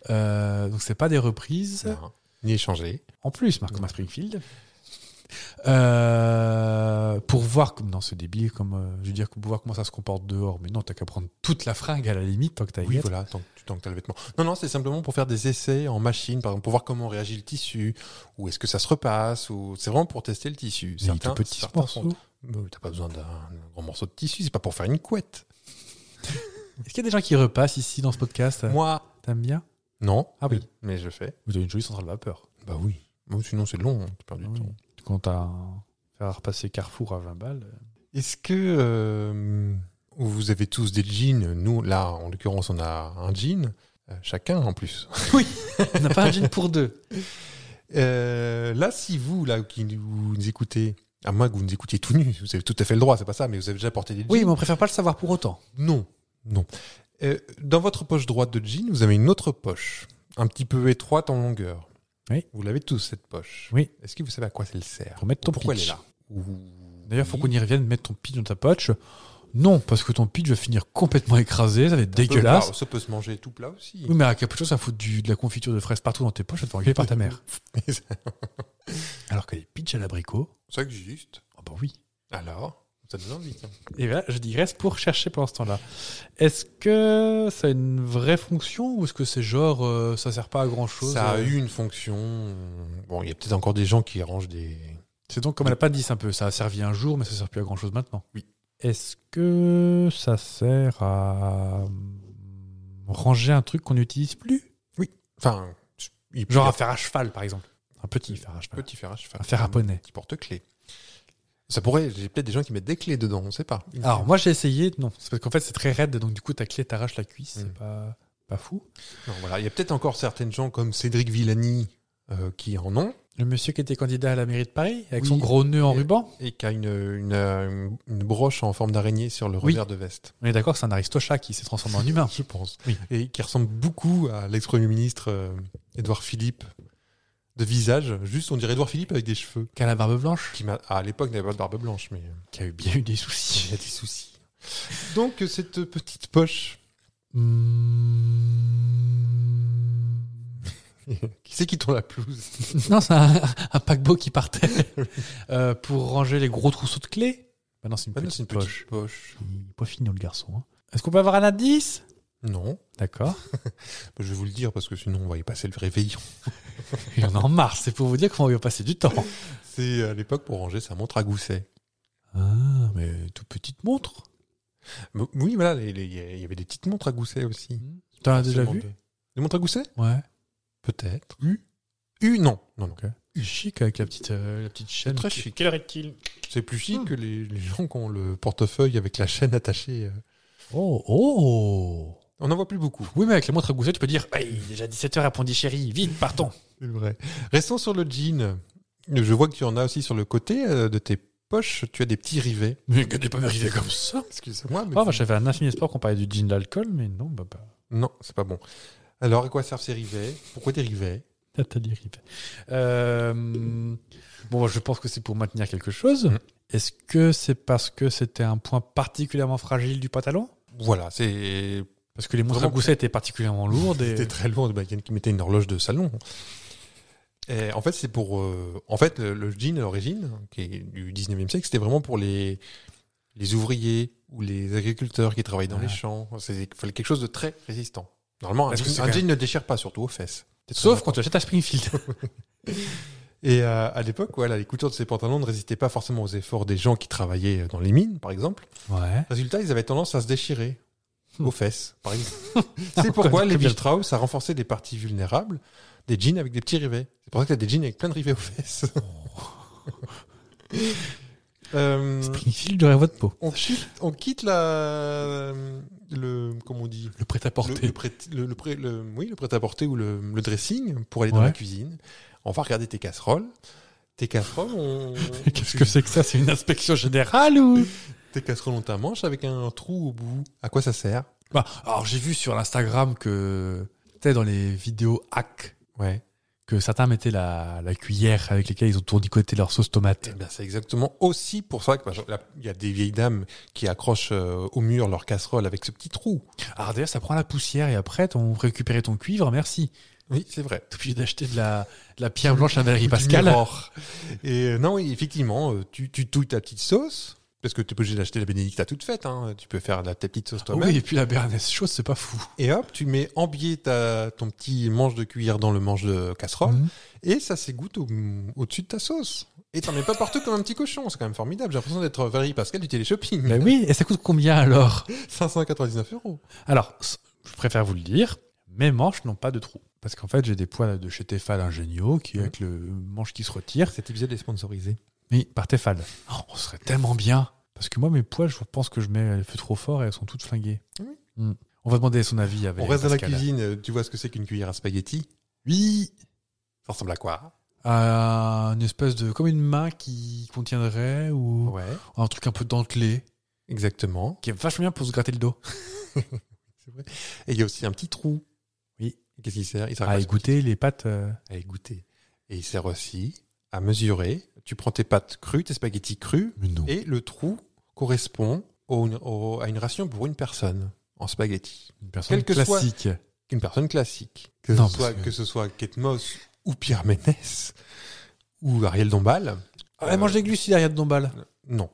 Euh, Donc c'est pas des reprises. Non. Ni échangé. En plus, Marc Thomas Springfield. Euh, pour voir comme dans ce débile, comme euh, je veux dire, pour voir comment ça se comporte dehors. Mais non, t'as qu'à prendre toute la fringue à la limite tant que t'as. Oui, voilà, tant, que- tant que t'as le vêtement. Non, non, c'est simplement pour faire des essais en machine, par exemple, pour voir comment réagit le tissu, ou est-ce que ça se repasse, ou c'est vraiment pour tester le tissu. C'est un petit certains sport. sont- Mais Bah T'as pas besoin d'un grand morceau de tissu, c'est pas pour faire une couette. Est-ce qu'il y a des gens qui repassent ici dans ce podcast Moi, T'aimes bien non. Ah oui. Mais je fais. Vous avez une jolie centrale vapeur. Bah oui. Bon, sinon, c'est long, hein, tu perds du Ah oui. temps. Quand t'as un- faire repasser Carrefour à 20 balles. euh, Est-ce que euh, vous avez tous des jeans Nous, là, en l'occurrence, on a un jean, euh, chacun en plus. On n'a pas un jean pour deux. Euh, là, si vous, là, qui nous, vous nous écoutez, à moins que vous nous écoutiez tout nu, vous avez tout à fait le droit, c'est pas ça, mais vous avez déjà porté des jeans Oui, mais on préfère pas le savoir pour autant. Non, non. Euh, dans votre poche droite de jean, vous avez une autre poche, un petit peu étroite en longueur. Oui. Vous l'avez tous, cette poche. Oui. Est-ce que vous savez à quoi elle sert Pour mettre ton Pourquoi pitch. elle est là D'ailleurs, faut Oui. qu'on y revienne, mettre ton pitch dans ta poche. Non, parce que ton pitch va finir complètement écrasé, ça va être dégueulasse. Peut- Ça peut se manger tout plat aussi. Oui, mais à quelque chose, ça fout du- de la confiture de fraises partout dans tes poches, ça te fait engueuler par ta mère. Alors que les pitchs à l'abricot, Ça existe. ah bah oui. Alors Ça donne envie. tiens. Et là, Eh je digresse pour chercher pendant ce temps-là. Est-ce que ça a une vraie fonction ou est-ce que c'est genre euh, ça sert pas à euh, grand chose Ça a eu une fonction. euh, Bon, il y a peut-être encore des gens qui arrangent des. C'est donc comme l'appendice un peu, ça a servi un jour mais ça sert plus à grand chose maintenant. Oui. Est-ce que ça sert à hum, ranger un truc qu'on n'utilise plus Enfin, il peut y Genre un avoir fer à cheval par exemple. Un petit fer à un cheval. petit fer à cheval. Un fer à poney. Petit porte-clés. Ça pourrait. J'ai peut-être des gens qui mettent des clés dedans, on ne sait pas. Alors moi j'ai essayé, non, c'est parce qu'en fait c'est très raide, donc du coup ta clé t'arrache la cuisse, Mm. c'est pas, pas fou. Non, voilà. Il y a peut-être encore certaines gens comme Cédric Villani euh, qui en ont Le monsieur qui était candidat à la mairie de Paris, avec Oui. son gros nœud en Et- ruban, et qui a une, une, euh, une broche en forme d'araignée sur le Oui. revers de veste, on est d'accord que c'est un aristochat qui s'est transformé en humain. je pense. Oui. Et qui ressemble beaucoup à l'ex-premier ministre euh, Édouard Philippe de visage. Juste, on dirait Édouard Philippe avec des cheveux. Qui a la barbe blanche, Qui m'a- Ah, à l'époque n'avait pas de barbe blanche, mais. euh, qui a eu bien eu des soucis. Il y a des soucis. Donc, euh, cette petite poche, Hmm. Mmh. qui c'est qui tourne la pelouse Non, c'est un, un paquebot qui partait Euh, pour ranger les gros trousseaux de clés. Bah non, c'est une, Ah non, petite poche. poche. Il est pas fini le garçon. hein. Est-ce qu'on peut avoir un indice Non, D'accord. je vais vous le dire parce que sinon on va y passer le réveillon. Il y en a en marre, c'est pour vous dire comment on va passer du temps. C'est à l'époque pour ranger sa montre à gousset. Ah, mais toute petite montre. Mais Oui, voilà, les- les- il y avait des petites montres à gousset aussi. T'en as déjà Forcément vu deux. Des montres à gousset Ouais. Peut-être. U U, non. non, non. Chic avec la petite, euh, la petite chaîne. Très qui- chic. Quelle heure est-il C'est plus chic que les, les gens qui ont le portefeuille avec la chaîne attachée. euh. Oh, oh On n'en voit plus beaucoup. Oui, mais avec la montre à gousset, tu peux dire Hey, il est déjà 17h à Pondichéry, vite, partons C'est vrai. Restons sur le jean. Je vois que tu en as aussi sur le côté euh, de tes poches. Tu as des petits rivets. Mais regardez pas m'arriver comme ça Excusez-moi, mais Oh, bah, j'avais un infini espoir qu'on parlait du jean d'alcool, mais non, bah, bah. Non, c'est pas bon. Alors, à quoi servent ces rivets Pourquoi des rivets Nathalie Rivet. Euh, bon, je pense que c'est pour maintenir quelque chose. Mm. Est-ce que c'est parce que c'était un point particulièrement fragile du pantalon Voilà, c'est. Parce que les montres à Vraiment gousset étaient particulièrement lourdes. Et... C'était très loin de Bakken qui mettait une horloge de salon. Et en fait, c'est pour. euh, En fait, le, le jean à l'origine, qui est du 19e siècle, c'était vraiment pour les, les ouvriers ou les agriculteurs qui travaillent dans Ah. les champs. C'est- Il fallait quelque chose de très résistant. Normalement, un, Parce que jean, c'est un quand même- jean ne déchire pas, surtout aux fesses. Sauf quand tu achètes à Springfield. Et euh, à l'époque, voilà, les coutures de ces pantalons ne résistaient pas forcément aux efforts des gens qui travaillaient dans les mines, par exemple. Ouais. Résultat, ils avaient tendance à se déchirer aux fesses, par exemple. Encore C'est pourquoi une les copie. Biltraus a renforcé des parties vulnérables, des jeans avec des petits rivets. C'est pour ça que t'as des jeans avec plein de rivets aux fesses. Euh, Springfield de votre peau. on quitte, on quitte la, le, comment on dit, Le le, prêt-à-porter. le prêt, le, le prêt- le- oui, le prêt-à-porter ou le, le dressing pour aller dans Ouais. la cuisine. On va regarder tes casseroles. Tes casseroles, on- Qu'est-ce que c'est que ça C'est une inspection générale ou tes casseroles ont un manche avec un trou au bout. À quoi ça sert Bah, alors j'ai vu sur l'Instagram que tu sais dans les vidéos hack Ouais. que certains mettaient la, la cuillère avec lesquelles ils ont tournicoté leur sauce tomate. Eh ben, c'est exactement aussi pour ça que par exemple, là, il y a des vieilles dames qui accrochent euh, au mur leur casserole avec ce petit trou. Alors d'ailleurs ça prend la poussière et après on récupérait ton cuivre, merci. Oui, c'est vrai. T'es obligé d'acheter de la, de la pierre blanche à Valérie Ou du Pascal. Mirror. Et euh, non, oui, effectivement, euh, tu, tu touilles ta petite sauce parce que tu peux obligé d'acheter la bénédicte à toute faite. hein. Tu peux faire la, ta petite sauce toi-même. Ah oui, et puis la béarnaise chaude, c'est pas fou. Et hop, tu mets en biais ta, ton petit manche de cuillère dans le manche de casserole Mhm. et ça s'égoutte au- au-dessus de ta sauce. Et t'en mets pas partout comme un petit cochon. C'est quand même formidable. J'ai l'impression d'être Valérie Pascal du télé-shopping. Ben oui, et ça coûte combien alors 599 euros. Alors, s- je préfère vous le dire, mes manches n'ont pas de trou. Parce qu'en fait, j'ai des poils de chez Tefal Ingenio qui, Mhm. avec le manche qui se retire, Cet épisode est sponsorisé. oui, par Tefal. Oh, on serait tellement bien. Parce que moi, mes poils, je pense que je mets le feu trop fort et elles sont toutes flinguées. Ah Oui. Mm. On va demander son avis avec On reste dans la cuisine. euh, Tu vois ce que c'est qu'une cuillère à spaghetti Oui Ça ressemble à quoi à une espèce de. comme une main qui contiendrait ou Ouais. un truc un peu dentelé Exactement. qui est vachement bien pour se gratter le dos. Et il y a aussi un petit trou. Oui. Qu'est-ce qu'il sert Il sert À quoi, ce égoutter Ah, les pattes. euh, à égoutter. Et il sert aussi à mesurer. Tu prends tes pâtes crues, tes spaghettis crus, et le trou correspond au- au- à une ration pour une personne en spaghettis. Une personne quel que soit- classique. Une personne classique. Que, Non, ce, parce soit, que- que ce soit Kate Moss ou Pierre Ménès ou Ariel Dombal. Euh, Ah, elle mange des glucides derrière de Dombal. Non.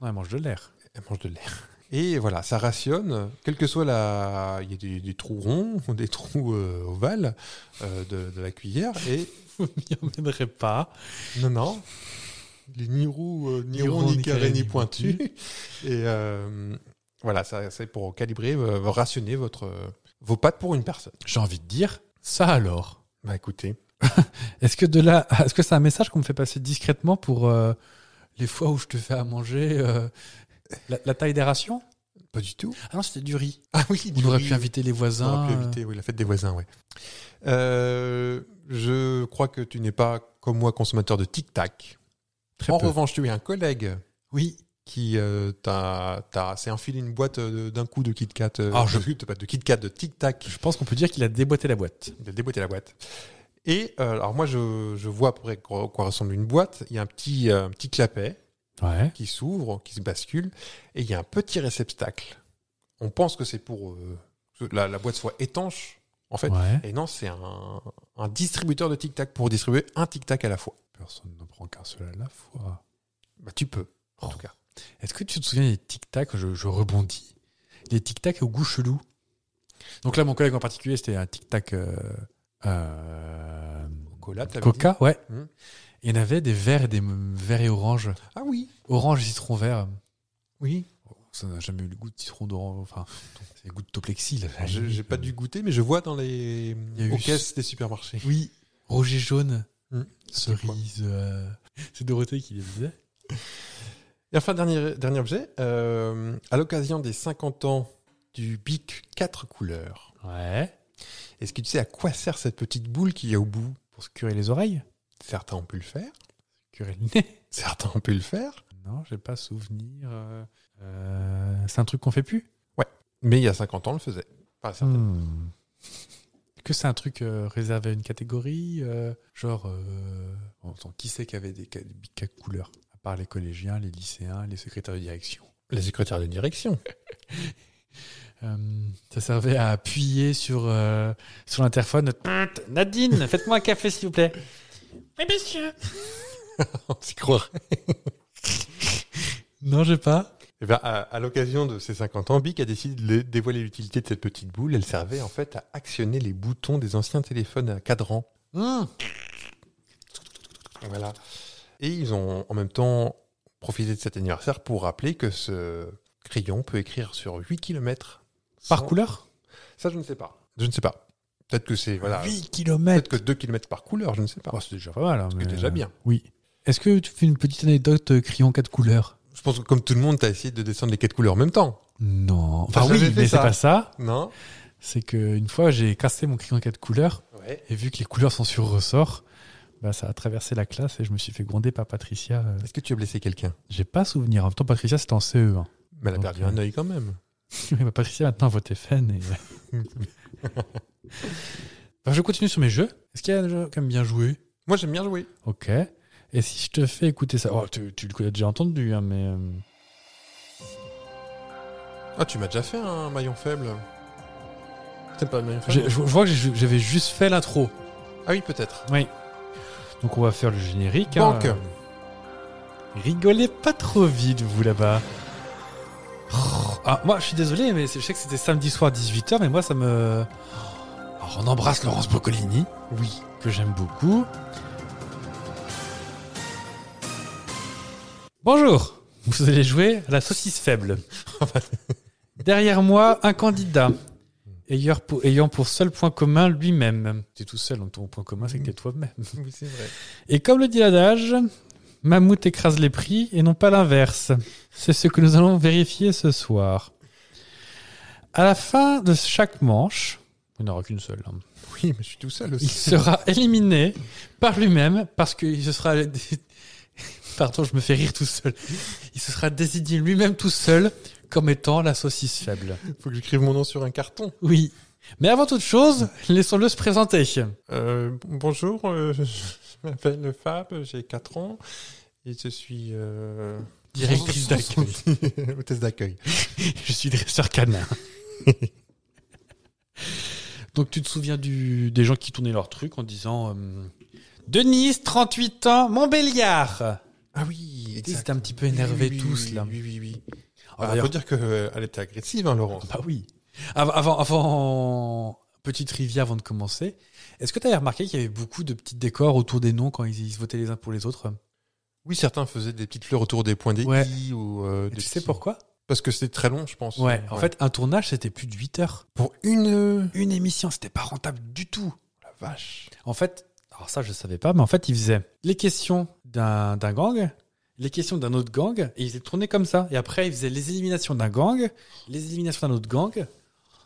Non, elle mange de l'air. Elle mange de l'air. Et voilà, ça rationne, quelle que soit la. Il y a des, des trous ronds, des trous euh, ovales euh, de, de la cuillère. Et Vous m'y emmènerez pas. non, non, il est ni roux, euh, ni, Ni rond, rond, ni carré, ni pointu. Et euh, voilà, ça, c'est pour calibrer, euh, rationner votre, euh, vos pattes pour une personne. J'ai envie de dire, ça alors. Bah écoutez, Est-ce que de là, est-ce que c'est un message qu'on me fait passer discrètement pour euh, les fois où je te fais à manger euh, la, la taille des rations pas du tout. Ah non, c'était du riz. Ah oui, On du aurait riz. pu inviter les On voisins. aurait pu euh, inviter, oui, la fête des voisins, ouais. Euh, je crois que tu n'es pas, comme moi, consommateur de tic-tac. très En peu. revanche, tu es un collègue Oui. qui euh, t'a t'a- s'est infilé une boîte euh, d'un coup de Kit Kat. euh, Ah, je- de, de- pas de Kit Kat, de Tic Tac. Je pense qu'on peut dire qu'il a déboîté la boîte. Il a déboîté la boîte. Et euh, alors moi, je, je vois à peu près quoi quoi ressemble une boîte. Il y a un petit, euh, un petit clapet Ouais. qui s'ouvre, qui se bascule, et il y a un petit réceptacle. On pense que c'est pour euh, que la, la boîte soit étanche, en fait. Ouais. Et non, c'est un, un distributeur de Tic Tac pour distribuer un Tic Tac à la fois. Personne ne prend qu'un seul à la fois. Bah, tu peux, en tout cas. Est-ce que tu te souviens des tic-tac je, je rebondis. Les tic-tac au goût chelou. Donc là, mon collègue en particulier, c'était un tic-tac. euh, euh, Cola, t'avais Coca, ouais. Hmm. Il y en avait des verts et des m- verts et oranges. dit Ah oui, Orange et citron vert. oui. Ça n'a jamais eu le goût de citron d'orange. Enfin, c'est le goût de Toplexi. là. Alors, je- J'ai pas dû goûter, mais je vois dans les y a eu aux ce- caisses des supermarchés. Oui, rouge et jaune. Hmm. quoi Cerise. euh, C'est Dorothée qui les faisait. Et enfin, dernier, dernier objet, euh, à l'occasion des 50 ans du Bic 4 couleurs, Ouais. est-ce que tu sais à quoi sert cette petite boule qu'il y a au bout Pour se curer les oreilles. Certains ont pu le faire, Curer le nez. certains ont pu le faire, Non, j'ai pas souvenir. euh, euh, C'est un truc qu'on fait plus. mais il y a 50 ans, on le faisait. Enfin, certains. Hmm. Est-ce Que c'est un truc euh, réservé à une catégorie, euh, genre, euh, bon, attends, qui c'est qui avait des ca- des bics à couleurs À part les collégiens, les lycéens, les secrétaires de direction. Les secrétaires de direction. Euh, ça servait à appuyer sur, euh, sur l'interphone. Pinte, Nadine, faites-moi un café, s'il vous plaît. Oui, monsieur. on s'y croirait. Non, j'ai pas. Eh ben, à, à l'occasion de ces 50 ans, Bic a décidé de lé- dévoiler l'utilité de cette petite boule. Elle servait en fait à actionner les boutons des anciens téléphones à cadran. Hum. Voilà. Et ils ont en même temps profité de cet anniversaire pour rappeler que ce crayon peut écrire sur 8 km. Par couleur Ça, je ne sais pas. Je ne sais pas. Peut-être que c'est. Voilà. Peut-être 8 km que 2 km par couleur, je ne sais pas. C'est déjà pas mal. hein, Oh, C'est mais- déjà bien. Oui. Est-ce que tu fais une petite anecdote euh, crayon quatre couleurs Je pense que comme tout le monde, tu as essayé de descendre les quatre couleurs en même temps. Non. Enfin, Enfin, oui, Ah, j'avais fait mais c'est ça. pas ça. Non C'est qu'une fois, j'ai cassé mon crayon quatre couleurs Ouais. et vu que les couleurs sont sur ressort, bah, ça a traversé la classe et je me suis fait gronder par Patricia. euh, Est-ce que tu as blessé quelqu'un J'ai pas souvenir. En même temps, Patricia, c'était en CE1. Mais elle a Ok. perdu un œil quand même. Oui, bah, Patricia, maintenant, vote FN. Et... Enfin, je continue sur mes jeux. Est-ce qu'il y a des gens qui aiment bien jouer Moi, j'aime bien jouer. Ok. Et si je te fais écouter ça oh, tu, tu le connais déjà entendu, hein, mais. euh, Ah, tu m'as déjà fait un maillon faible. C'est pas le maillon j'ai- faible Je, je vois que j'ai- j'avais juste fait l'intro. Ah oui, peut-être. Oui. Donc, on va faire le générique. hein. Banque Rigolez pas trop vite, vous là-bas. Oh, ah, moi, je suis désolé, mais c'est- je sais que c'était samedi soir 18h, mais moi, ça me. Alors, on embrasse Laurence Boccolini. Oui. Que j'aime beaucoup. Bonjour. Vous allez jouer à la saucisse faible. Derrière moi, un candidat. Ayant pour, ayant pour seul point commun lui-même. T'es tout seul, donc ton point commun, c'est que t'es toi-même. Oui, c'est vrai. Et comme le dit l'adage, mammouth écrase les prix et non pas l'inverse. C'est ce que nous allons vérifier ce soir. À la fin de chaque manche, il n'y en aura qu'une seule, hein, Oui, mais je suis tout seul il aussi. sera éliminé par lui-même parce qu'il se sera. Pardon, je me fais rire tout seul. Il se sera désigné lui-même tout seul comme étant la saucisse faible. Faut que j'écrive mon nom sur un carton. Oui. Mais avant toute chose, laissons-le se présenter. Euh, bonjour, euh, je m'appelle Fab, j'ai 4 ans et je suis euh, Directrice d'accueil. hôtesse d'accueil. Je suis dresseur canin. Donc tu te souviens du, des gens qui tournaient leur truc en disant euh, Denise, 38 ans, Montbéliard Ah oui, Ils exact. étaient un petit peu énervés Oui, oui, tous oui, là. Oui, oui, oui. Ah, Alors, d'ailleurs- faut dire qu'elle était agressive, hein, Laurence. Bah oui. Avant, avant, avant- petite rivière avant de commencer, est-ce que tu avais remarqué qu'il y avait beaucoup de petits décors autour des noms quand ils, ils se votaient les uns pour les autres Oui, certains faisaient des petites fleurs autour des points des Ouais. i ou euh, Et des Tu sais petits- pourquoi Parce que c'est très long, je pense. ouais, en fait, un tournage, c'était plus de 8 heures. pour une Une euh, émission, c'était pas rentable du tout. la vache. En fait, alors ça je savais pas, mais en fait ils faisaient les questions d'un d'un gang, les questions d'un autre gang, et ils les tournaient comme ça. Et après ils faisaient les éliminations d'un gang, les éliminations d'un autre gang.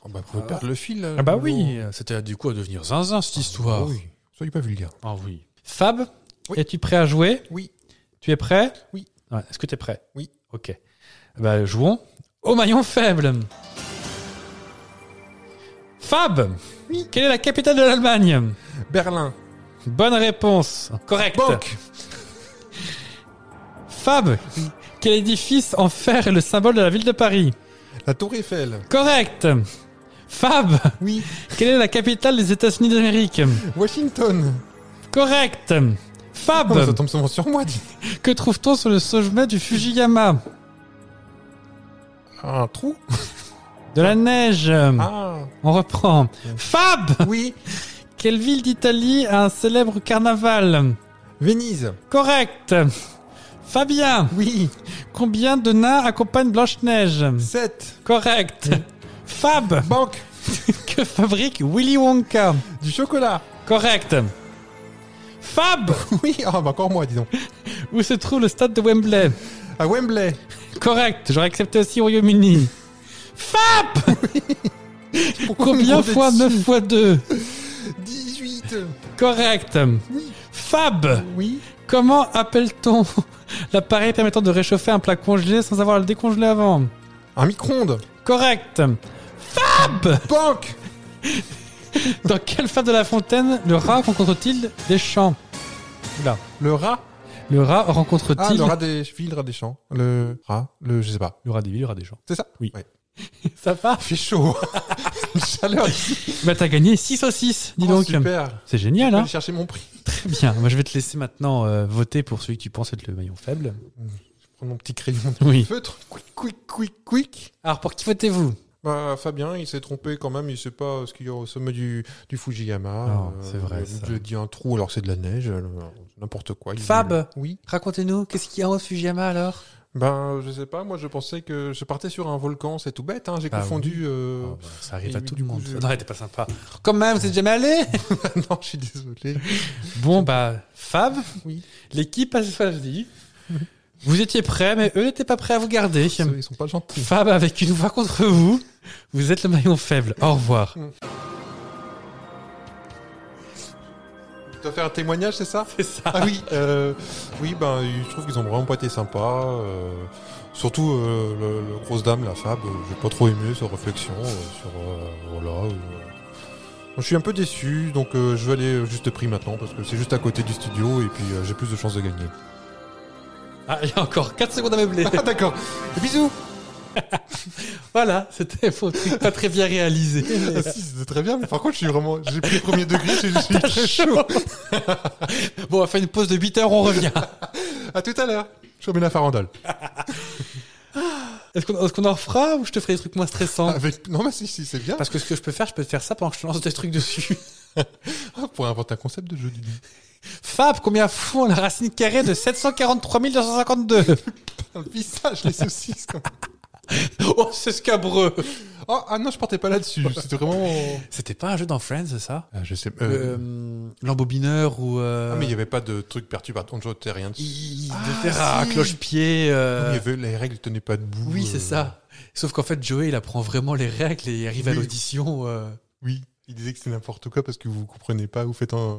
Oh, bah, vous pouvez Ah. perdre le fil. euh, Ah bah Lolo. oui, c'était du coup à devenir zinzin cette Ah histoire. oui. Soyez pas vulgaire. Ah oui. Fab, Oui. es-tu prêt à jouer Oui. Tu es prêt Oui. Ouais, Est-ce que tu es prêt Oui. Ok. Bah jouons au maillon faible. Fab Oui. Quelle est la capitale de l'Allemagne Berlin. Bonne réponse. Correct. Banque. Fab, quel édifice en fer est le symbole de la ville de Paris La Tour Eiffel. Correct. Fab, Oui. quelle est la capitale des États-Unis d'Amérique Washington. Correct. Fab, Ah, mais ça tombe souvent sur moi. dis- que trouve-t-on sur le sommet du Fujiyama Un trou. Hmm. De la neige. Ah. On reprend. Fab, Oui. quelle ville d'Italie a un célèbre carnaval Venise. Correct. Fabien, Oui. combien de nains accompagnent Blanche-Neige 7. Correct. Fab, Banque. que fabrique Willy Wonka Du chocolat. Correct. Fab, Oui. Ah, bah encore moi, dis donc. où se trouve le stade de Wembley À Wembley. Correct, j'aurais accepté aussi au Royaume-Uni. Fab Pourquoi Combien vous me fois demandez 9 fois 2 dessus 18. Correct. Fab Oui. Comment appelle-t-on l'appareil permettant de réchauffer un plat congelé sans avoir à le décongeler avant Un micro-ondes. Correct. Fab Banque. Dans quelle fable de la fontaine le rat rencontre-t-il des champs Oula. Le rat. Le rat Ah, rencontre-t-il le rat des filles, le rat des champs. Le rat. Le, je sais pas. Le rat des villes, le rat des champs. C'est ça Oui. Ouais. Ça va Il fait chaud. Une chaleur ici. Bah t'as gagné 6 saucisses, dis Oh, donc. Super. C'est génial, Je vais hein aller chercher mon prix. Très bien. Moi, je vais te laisser maintenant euh, voter pour celui que tu penses être le maillon faible. Je prends mon petit crayon de Oui. feutre. Quick, quick, quick, quick. Alors, pour qui votez-vous Bah, Fabien, il s'est trompé quand même. Il sait pas euh, ce qu'il y a au sommet du, du Fujiyama. Non, c'est vrai, ça. Je dis un trou alors que c'est de la neige. alors, n'importe quoi. il est Fab. nul. Oui. Racontez-nous, qu'est-ce qu'il y a en Fujiyama alors Ben, je sais pas, moi je pensais que je partais sur un volcan, c'est tout bête, hein, j'ai Bah confondu. euh, Oh, bah, Ça arrive et à tout du le coup, monde. je- Non, elle était pas sympa. Quand même, vous êtes jamais allé non, je suis désolé. Bon, bah, Fab, Oui. l'équipe a choisi. Vous étiez prêts, mais eux n'étaient pas prêts à vous garder. Ils sont pas gentils. Fab avec une voix contre vous. Vous êtes le maillon faible. Au revoir. Tu dois faire un témoignage, c'est ça C'est ça. Ah oui, euh, oui, ben, je trouve qu'ils ont vraiment pas été sympas. euh, surtout euh, le, le grosse dame, la Fab, euh, j'ai pas trop aimé sa réflexion euh, sur euh, voilà. euh, je suis un peu déçu, donc euh, je vais aller euh, juste prix maintenant parce que c'est juste à côté du studio et puis euh, j'ai plus de chances de gagner. Ah, il y a encore 4 secondes à meubler. Ah d'accord. Bisous. voilà, c'était faux. truc Pas très bien réalisé. Ah, si, c'était très bien, mais par contre, je suis vraiment, j'ai pris le premier degré, je je suis très chaud. bon, on va faire une pause de 8 heures, on revient. À tout à l'heure. Je remets la farandole. Est-ce qu'on est-ce qu'on en refera ou je te ferai des trucs moins stressants Avec... Non, mais si, si, c'est bien. Parce que ce que je peux faire, je peux te faire ça pendant que je te lance des trucs dessus. Ah, pour inventer un concept de jeu du Fab, combien font la racine carrée de 743 252 Un visage, les saucisses. Comme... Oh, c'est scabreux Oh, ah non, je partais pas là-dessus. C'était vraiment. C'était pas un jeu dans Friends, ça Ah, je sais. euh, Euh, L'embobineur ou... euh, Ah, mais il n'y avait pas de truc perturbant. Je n'étais rien dessus. il Ah, devait faire un si. cloche-pied. euh, Il y avait les règles, tenaient pas debout. Oui, euh, c'est ça. Sauf qu'en fait, Joey, il apprend vraiment les règles et il arrive à Oui. l'audition. euh. Oui. Il disait que c'était n'importe quoi parce que vous comprenez pas, vous faites un.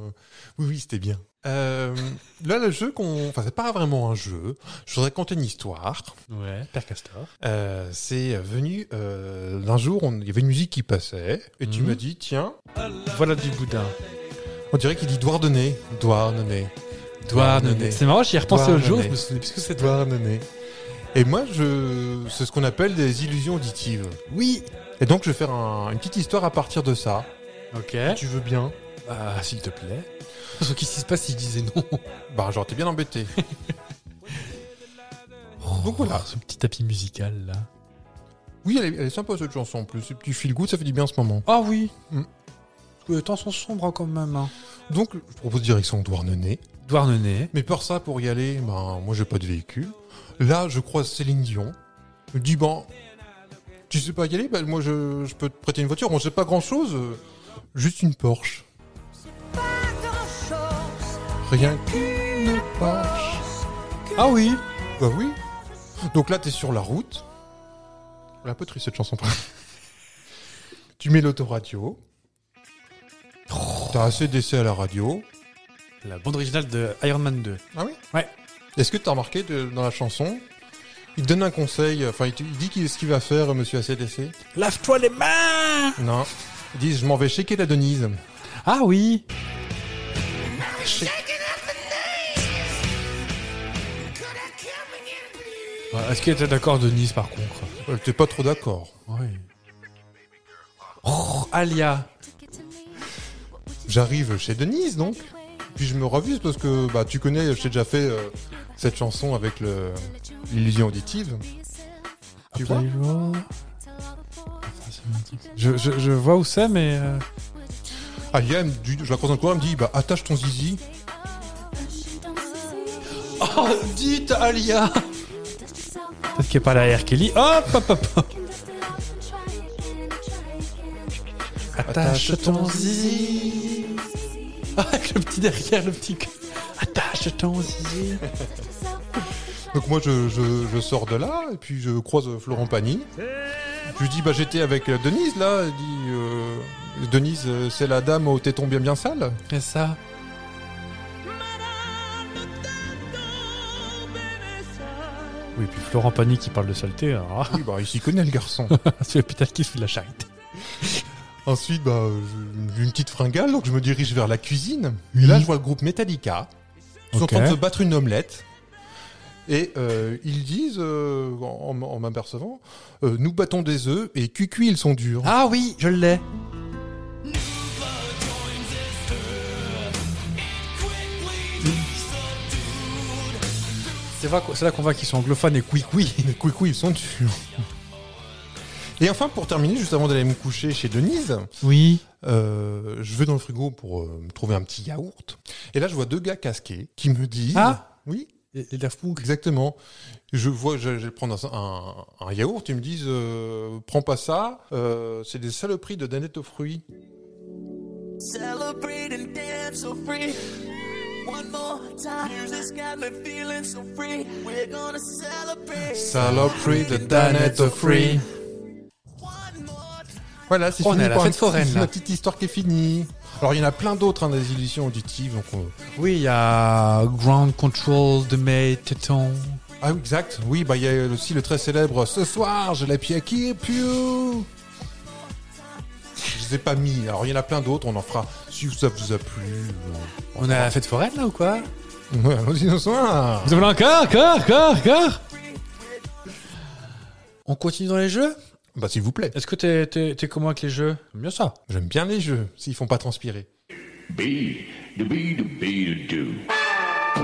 Oui, oui, c'était bien. Euh, là, le jeu qu'on. Enfin, c'est pas vraiment un jeu. Je voudrais raconter une histoire. Ouais, Père Castor. Euh, c'est venu euh, d'un jour, on- il y avait une musique qui passait, et tu Mhm. m'as dit, tiens, Voilà du boudin. on dirait qu'il dit Douarnenez, Douarnenez, Douarnenez. C'est marrant, j'y ai repensé l'autre jour, Douarnenez. je me souvenais plus que c'était. Douarnenez. Et moi, je, c'est ce qu'on appelle des illusions auditives. Oui Et donc, je vais faire un- une petite histoire à partir de ça. Bah, Ok. Tu veux bien Ah, s'il te plaît. Sauf qu'est-ce qui se passe si je disais non Bah, genre, t'es bien embêté. Donc voilà. Ce petit tapis musical, là. oui, elle est, elle est sympa cette chanson en plus. Ce petit feel good, ça fait du bien en ce moment. Ah oui Hmm. Parce que les temps sont sombres quand même. Hein. Donc, je propose direction Douarnenez. Douarnenez. Mais pour ça, pour y aller, ben, moi, j'ai pas de véhicule. Là, je croise Céline Dion. Je dis, ben, tu sais pas y aller Ben, Moi, je, je peux te prêter une voiture. On sait pas grand-chose. euh, Juste une Porsche. Rien qu'une Porsche. Ah oui Bah oui. Donc là, t'es sur la route. Elle est un peu triste, cette chanson. par contre. tu mets l'autoradio. T'as assez d'essais à la radio. La bande originale de Iron Man 2. Ah oui Ouais. Est-ce que tu as remarqué de- dans la chanson, il donne un conseil, enfin il, te- il dit qu'il- ce qu'il va faire, euh, monsieur ACDC Lave-toi les mains Non. Ils disent, je m'en vais checker la Denise. Ah oui Ouais, Est-ce qu'il était d'accord de Nice par contre Euh, T'es pas trop d'accord. Oui. Oh, Alia J'arrive chez Denise donc, puis je me ravise parce que bah, tu connais, je t'ai déjà fait euh, cette chanson avec le- l'illusion auditive. Tu vois je, je, je vois où c'est, mais. euh, Ah, il y a, elle me dit- je la croise dans le coin, elle me dit, bah attache ton zizi. Oh, dites Alia Peut-être qu'il n'y a pas la R. Kelly. Hop, hop, hop, hop. Attache ton zizi. Ah, Avec le petit derrière, le petit. cul. Attache ton zizi. Donc moi je, je- je sors de là et puis je croise euh, Florent Pagny. Je lui dis bah j'étais avec euh, Denise là, elle dit euh, Denise euh, c'est la dame au téton bien bien sale. Et ça Oui, puis Florent Pagny qui parle de saleté. alors, Oui bah il s'y connaît le garçon. ah, C'est l'hôpital qui fait de la charité. Ensuite bah euh, je- une petite fringale donc je me dirige vers la cuisine. Et là je vois le groupe Metallica. Ils sont Ok. en train de se battre une omelette. Et euh, ils disent euh, en, en- en m'apercevant euh, nous battons des œufs et cucu ils sont durs. Ah oui, je l'ai. C'est vrai qu'on- c'est là qu'on voit qu'ils sont anglophones et oui-oui. Les couicous, ils sont durs. Et enfin, pour terminer, juste avant d'aller me coucher chez Denise, Oui. euh, je vais dans le frigo pour euh, me trouver un petit yaourt. Et là, je vois deux gars casqués qui me disent. Ah Oui, Les, les Daft Punk. exactement. Je vois, je, je vais prendre un, un- un yaourt, ils me disent euh, prends pas ça, euh, c'est des saloperies de danettes aux fruits. Celebrate and dance so free. One more time. Music's got me feeling so free. We're gonna celebrate. Saloperies de danettes aux fruits. One more time. Voilà, c'est On fini est à la pour fête un- foraine, c'est ma là. petite histoire qui est finie. Alors, il y en a plein d'autres hein, des illusions auditives. Donc euh, on- Oui, il y a Ground Control de May Teton. Ah oui, exact. Oui, bah il y a aussi le très célèbre ce soir, je l'ai pied à qui Piou. Je les ai pas mis. Alors il y en a plein d'autres. On en fera si ça vous a plu. On est à la fête foraine là ou quoi euh, ouais, Allons-y ce soir. Vous en voulez encore, encore, encore, encore On continue dans les jeux Bah s'il vous plaît. Est-ce que t'es, t'es- t'es comment avec les jeux J'aime Bien ça. J'aime bien les jeux s'ils font pas transpirer. B, the B, the B, the do.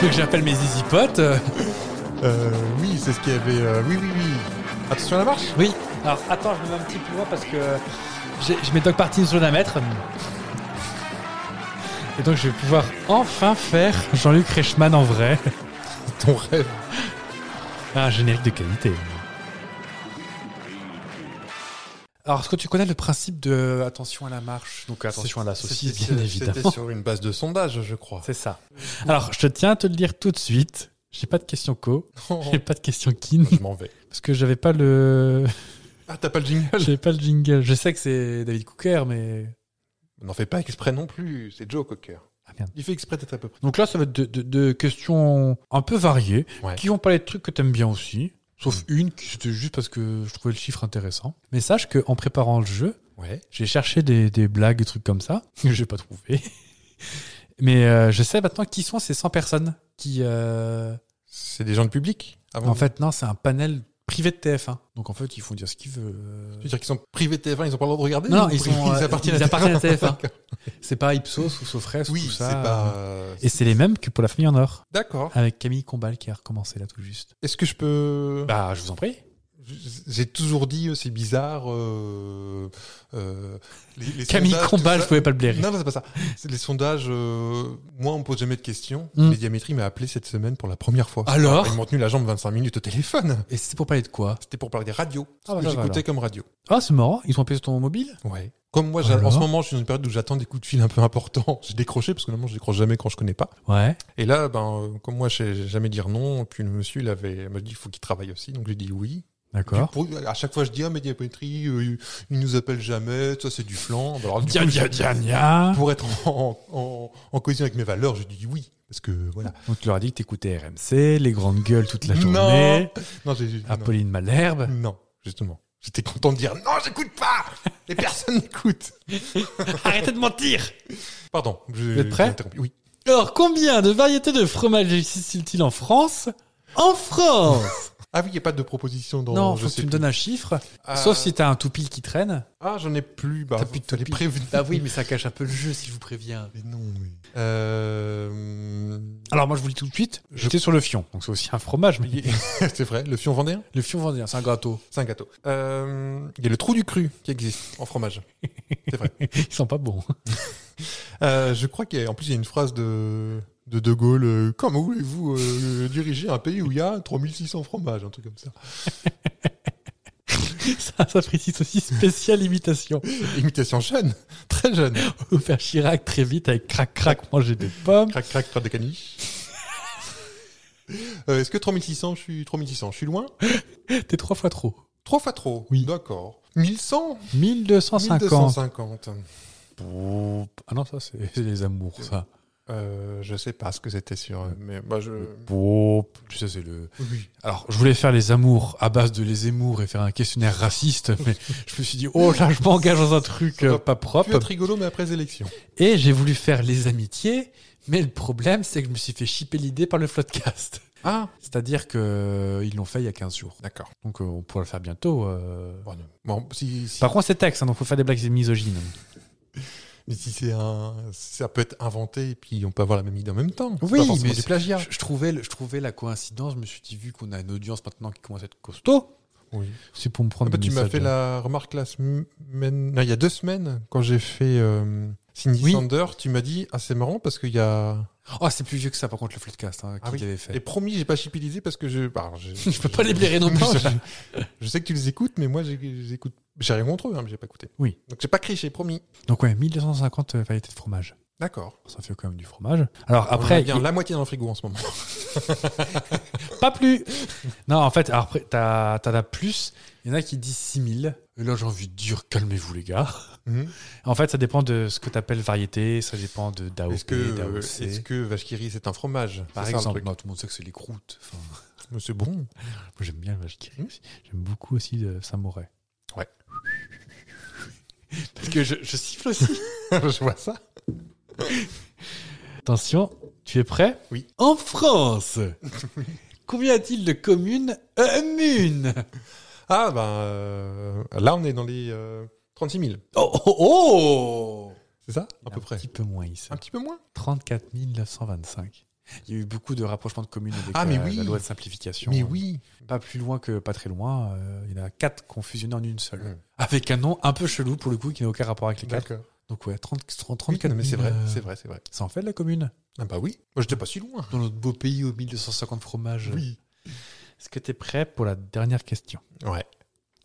Faut que j'appelle mes easy potes. euh. Euh, oui, c'est ce qu'il y avait. euh, oui, oui, oui. Attention à la marche. Oui. Alors attends, je me mets un petit peu loin parce que j'ai- je mets Doc Party sur la mettre. Et donc je vais pouvoir enfin faire Jean-Luc Reichmann en vrai. Ton rêve. Un générique de qualité. Alors, est-ce que tu connais le principe de attention à la marche Donc, attention à la saucisse, C'était- bien C'était évidemment. sur une base de sondage, je crois. C'est ça. Alors, je te tiens à te le dire tout de suite. J'ai pas de question co, Oh, j'ai pas de question kin, je m'en vais. parce que j'avais pas le, Ah, t'as pas le jingle j'avais pas le jingle. Je sais que c'est David Cooker, mais N'en fais pas exprès non plus. C'est Joe Cocker. Ah, merde. Il fait exprès d'être à peu près. donc là, ça va être de, de- de questions un peu variées, Ouais. qui vont parler de trucs que t'aimes bien aussi, sauf une qui c'était juste parce que je trouvais le chiffre intéressant. Mais sache que en préparant le jeu, Ouais. J'ai cherché des, des blagues, des trucs comme ça, que j'ai pas trouvé. Mais euh, je sais maintenant qui sont ces 100 personnes qui. euh, C'est des gens de public avant En de- fait, non, c'est un panel privé de TF1. Donc en fait, ils font dire ce qu'ils veulent. Tu veux dire qu'ils sont privés de TF1, ils n'ont pas le droit de regarder Non, non, ou ils, privés- sont, euh, appartiennent ils à appartiennent à TF1. D'accord. c'est pas Ipsos ou Sofres Oui, ou tout c'est ça. pas. euh, Et c'est les mêmes que pour la famille en or, D'accord. avec Camille Combal qui a recommencé là tout juste. Est-ce que je peux. Bah, je vous en prie. J'ai toujours dit, euh, c'est bizarre. euh, euh, les- les Camille sondages, tout Combal, ça. je pouvais pas le blairer. Non, non, c'est pas ça. C'est Les sondages, euh, moi, on me pose jamais de questions. Hmm. Les diamétries m'a appelé cette semaine pour la première fois. Alors Ils m'ont tenu la jambe 25 minutes au téléphone. Et c'est pour parler de quoi C'était pour parler des radios. Ah, Ce bah, que ça va, j'écoutais alors. comme radio. Ah, c'est marrant, ils ont appelé sur ton mobile Ouais. Comme moi, j'a- en Alors ce moment, je suis dans une période où j'attends des coups de fil un peu importants. J'ai décroché parce que normalement, je décroche jamais quand je connais pas. Ouais. Et là, ben, euh, comme moi, je sais jamais dire non. Et puis le monsieur, il avait, m'a dit, il faut qu'il travaille aussi. Donc j'ai dit oui. Puis D'accord. pour- à chaque fois, je dis, ah, mais Diapetri, euh, il nous appelle jamais. Ça, c'est du flan. Ben, Alors, du Dia, coup, dia, je- dia, dia. Pour être en, en- en cohésion avec mes valeurs, j'ai dit oui. Parce que voilà. Donc tu leur as dit que t'écoutais RMC, les grandes gueules toute la Non. journée, Non, j'ai j'ai dit non. Apolline Malherbe. Non, justement. J'étais content de dire non, j'écoute pas. Et personne n'écoute. Arrêtez de mentir Pardon. Je, Vous êtes prêts j'ai interrompu. Oui. Alors combien de variétés de fromage existe-t-il en France En France Ah oui, il n'y a pas de proposition dans. Non, je faut que sais tu me plus. donnes un chiffre. Ah, Sauf si t'as un toupil qui traîne. Ah, j'en ai plus. Bah, T'as plus de fallait toupie. prévenir. Bah oui, mais ça cache un peu le jeu si je vous préviens. Mais non, mais. Euh... Alors moi je vous le dis tout de suite, Je- j'étais sur le fion. Donc c'est aussi un fromage. Mais... c'est vrai, le fion vendéen, Le fion vendéen, c'est un gâteau. c'est un gâteau. Euh, Il y a le trou du cru qui existe en fromage. C'est vrai. Ils sont pas bons. Euh, je crois qu'il y a, en plus, il y a une phrase de de, de Gaulle euh, Comment voulez-vous euh, diriger un pays où il y a 3600 fromages Un truc comme ça. ça, ça précise aussi spéciale imitation. Imitation jeune, très jeune. Faire Chirac très vite avec crac-crac manger des pommes. Crac, crac, crac de caniche. Euh, Est-ce que 3600, je suis 3600, je suis loin T'es trois fois trop. Trois fois trop. Oui. D'accord. 1100 1250. 1250. Ah non, ça, c'est c'est les amours, ça. Euh, je sais pas ce que c'était sur. euh, Mais bah je. Poup, Tu sais, c'est le. Oui. Alors, je voulais faire les amours à base de les émours et faire un questionnaire raciste, mais je me suis dit, oh là, je m'engage dans un truc Ça euh, doit pas Hop. propre. rigolo, mais après les élections. Et j'ai voulu faire les amitiés, mais le problème, c'est que je me suis fait chipper l'idée par le Floodcast. Ah, C'est-à-dire que euh, ils l'ont fait il y a 15 jours. d'accord. Donc, euh, on pourra le faire bientôt. euh. Bon, non. Bon, si, si, Par contre, c'est texte, hein, donc faut faire des blagues misogynes. mais si c'est un, ça peut être inventé et puis on peut avoir la même idée en même temps. C'est Oui, pas forcément mais du c'est- plagiat. Je, je trouvais, le- je trouvais la coïncidence, je me suis dit, vu qu'on a une audience maintenant qui commence à être costaud, Oui. C'est pour me Ah prendre bah, des hein. tu m'as messages. fait la remarque la semaine, non, il y a deux semaines quand j'ai fait euh, Cindy Oui. Sander, tu m'as dit, ah c'est marrant parce qu'il y a. Oh, c'est plus vieux que ça, par contre, le Floodcast hein, Ah qu'il oui. avait Et fait. promis, j'ai pas chipilisé parce que je. bah, je, Je peux pas les blairer non plus. je, je sais que tu les écoutes, mais moi j'ai- j'écoute. J'ai rien contre eux, hein, mais j'ai pas écouté. Oui. Donc j'ai pas crié, promis. Donc, ouais, 1250 euh, variétés de fromage. D'accord. Ça fait quand même du fromage. Alors, Après, après, bien il- la moitié dans le frigo en ce moment. pas plus Non, en fait, après, t'as- t'en as plus. Il y en a qui disent 6000. Et là, j'ai envie de dire, calmez-vous, les gars. Mhm. En fait, ça dépend de ce que t'appelles variété, ça dépend de d'AOP, Est-ce que, d'AOC. est que vache qui rit, c'est un fromage Par C'est ça, le exemple, truc. Non, tout le monde sait que c'est les croûtes. Enfin, moi, Mais c'est bon. J'aime bien le vache qui rit Mhm. aussi. J'aime beaucoup aussi euh, le Saint-Mauré. Ouais. Parce que je, je siffle aussi. je vois ça. Attention, tu es prêt Oui. En France, combien a-t-il de communes Euh, communes Ah ben euh, là on est dans les euh, 36 000, Oh, oh, oh c'est ça à peu Un près. petit peu moins ici. Un petit peu moins. 34 925. Il y a eu beaucoup de rapprochements de communes avec Ah, mais la, oui. la loi de simplification. Mais oui. Pas plus loin que pas très loin. euh, il y en a quatre qu'on fusionné en une seule. Mm. Mmh. Avec un nom un peu chelou pour le coup qui n'a aucun rapport avec les quatre. D'accord. Donc ouais, 30, 30, Oui, 34 non, mais c'est 000, vrai, euh, c'est vrai, c'est vrai. Ça en fait de la commune Ah bah oui. Moi j'étais pas si loin. Dans notre beau pays aux 1250 fromages. Oui. Est-ce que tu es prêt pour la dernière question Ouais.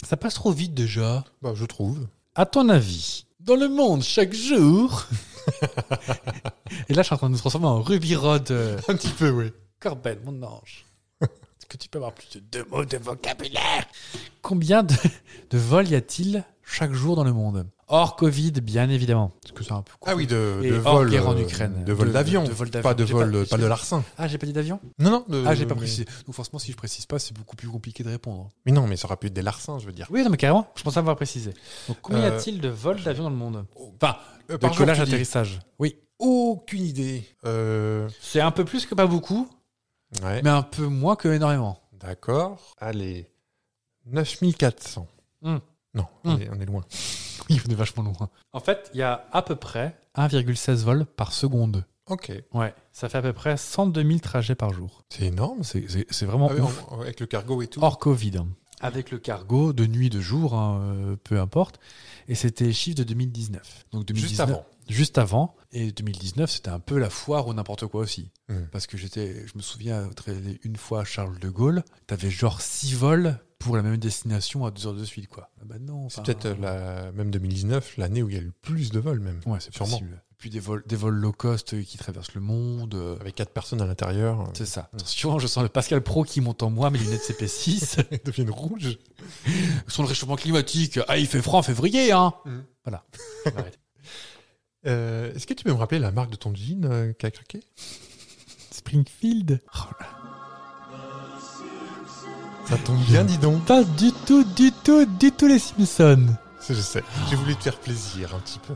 Ça passe trop vite déjà. Bah je trouve. À ton avis, dans le monde chaque jour. Et là, je suis en train de me transformer en Ruby Rod. euh, Un petit peu oui. Corbel, mon ange. Est-ce que tu peux avoir plus de deux mots de vocabulaire Combien de, de vols y a-t-il chaque jour dans le monde Hors Covid, bien évidemment. Parce que c'est un peu con. Ah oui de, Et de hors vol guerre en euh, Ukraine. De vol De- d'avion. de vol d'avion. Pas de J'ai vol, pas- euh, j'ai pas de pas- larcin. Ah, j'ai pas dit d'avion Non non. de- Ah, j'ai pas mais- précisé. Donc forcément, si je précise pas, c'est beaucoup plus compliqué de répondre. Mais non mais ça aurait pu être des larcins je veux dire. Ah Oui, non, mais carrément, je pensais avoir précisé. Donc combien y Euh, a-t-il de vols d'avion dans le monde Enfin, Euh, de par jour, collage tu dis. atterrissage. Oui. Aucune idée. Euh, C'est un peu plus que pas beaucoup, Ouais. mais un peu moins que énormément. D'accord. Allez. 9400. Hum. Non, on, Hum. est, on est loin. Oui, on est vachement loin. En fait, il y a à peu près 1,16 vols par seconde. Ok. Ouais, ça fait à peu près 102 000 trajets par jour. C'est énorme. C'est C'est c'est vraiment Ah oui, ouf. en- avec le cargo et tout. hors Covid. hein. Avec le cargo, de nuit, de jour, hein, euh, peu importe. Et c'était les chiffres de 2019. Donc 2019 Juste avant. Juste avant. Et 2019, c'était un peu la foire ou n'importe quoi aussi. Mm. Parce que j'étais, je me souviens, être allé une fois à Charles de Gaulle, t'avais genre six vols pour la même destination à deux heures de suite, quoi. Ah bah non, C'est enfin, peut-être euh, la même 2019, l'année où il y a eu le plus de vols même. Ouais, c'est Sûrement. possible. Puis des vols, des vols low cost qui traversent le monde. euh, Avec quatre personnes à l'intérieur, C'est ça. Attention, je sens le Pascal Pro qui monte en moi, mes lunettes CP6. elles deviennent rouges. Sur le réchauffement climatique, ah, il fait froid en février, hein Mm. Voilà. Euh, Est-ce que tu peux me rappeler la marque de ton jean euh, qui a craqué Springfield Ça tombe bien, dis donc. Pas du tout, du tout, du tout les Simpsons Je sais. J'ai voulu te faire plaisir un petit peu.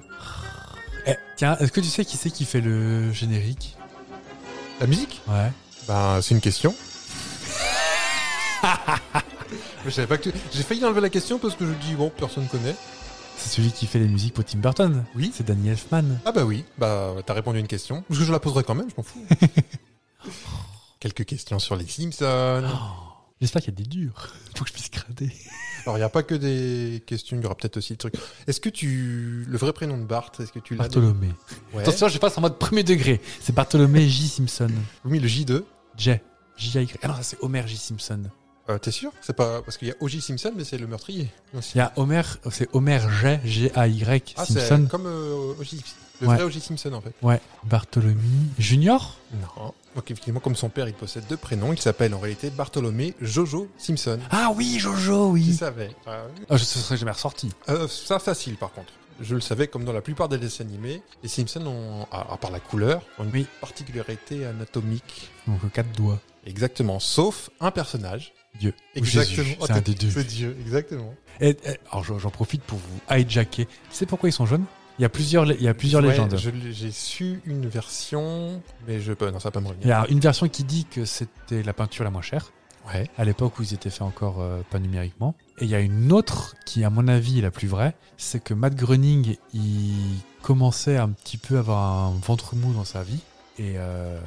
Eh, Tiens, est-ce que tu sais qui c'est qui fait le générique La musique Ouais. Ben, c'est une question. Mais je savais pas que tu- J'ai failli enlever la question parce que je dis bon, personne connaît. C'est celui qui fait les musiques pour Tim Burton. Oui. C'est Danny Elfman. Ah bah oui, bah t'as répondu à une question. Parce que je la poserai quand même, je m'en fous. Quelques questions sur les Simpsons. J'espère qu'il y a des durs pour que je puisse gratter. Alors, il n'y a pas que des questions, il y aura peut-être aussi des trucs. Est-ce que tu. Le vrai prénom de Bart, est-ce que tu l'as Bartholomé. Ouais. Attention, je passe en mode premier degré. C'est Bartholomé J. Simpson. Oui, le J2. J. J-Y. Ah non, ça c'est Homer J. Simpson. Euh, T'es sûr C'est pas. Parce qu'il y a O.J. Simpson, mais c'est le meurtrier. Il y a Homer, c'est Homer J. G-A-Y. Ah, Simpson. c'est comme euh, O.J. Le Ouais. vrai O.J. Simpson, en fait. Ouais. Bartholomew Junior Non. Donc, effectivement, comme son père, il possède deux prénoms. Il s'appelle en réalité Bartholomé Jojo Simpson. Ah oui, Jojo, Tu oui. savais. Ah, oui. Ah, je ce serait jamais ressorti. Euh, ça, facile, par contre. Je le savais, comme dans la plupart des dessins animés, les Simpsons ont, à, à part la couleur, ont une Oui. particularité anatomique. Donc euh, quatre doigts. Exactement. Sauf un personnage. Dieu. Ou Oh, Jésus, Exactement. Oh, C'est un des deux. C'est Dieu, exactement. Et- et- alors j'en j'en profite pour vous hijacker. Tu sais pourquoi ils sont jaunes Il y a plusieurs, lé- il y a plusieurs Ouais, légendes. je l'ai- J'ai su une version, mais je peux. Non, ça va pas me Il y revenir. a une version qui dit que c'était la peinture la moins chère, Ouais. à l'époque où ils étaient faits encore euh, pas numériquement. Et il y a une autre qui, à mon avis, est la plus vraie, c'est que Matt Groening, il commençait un petit peu à avoir un ventre mou dans sa vie. Et euh,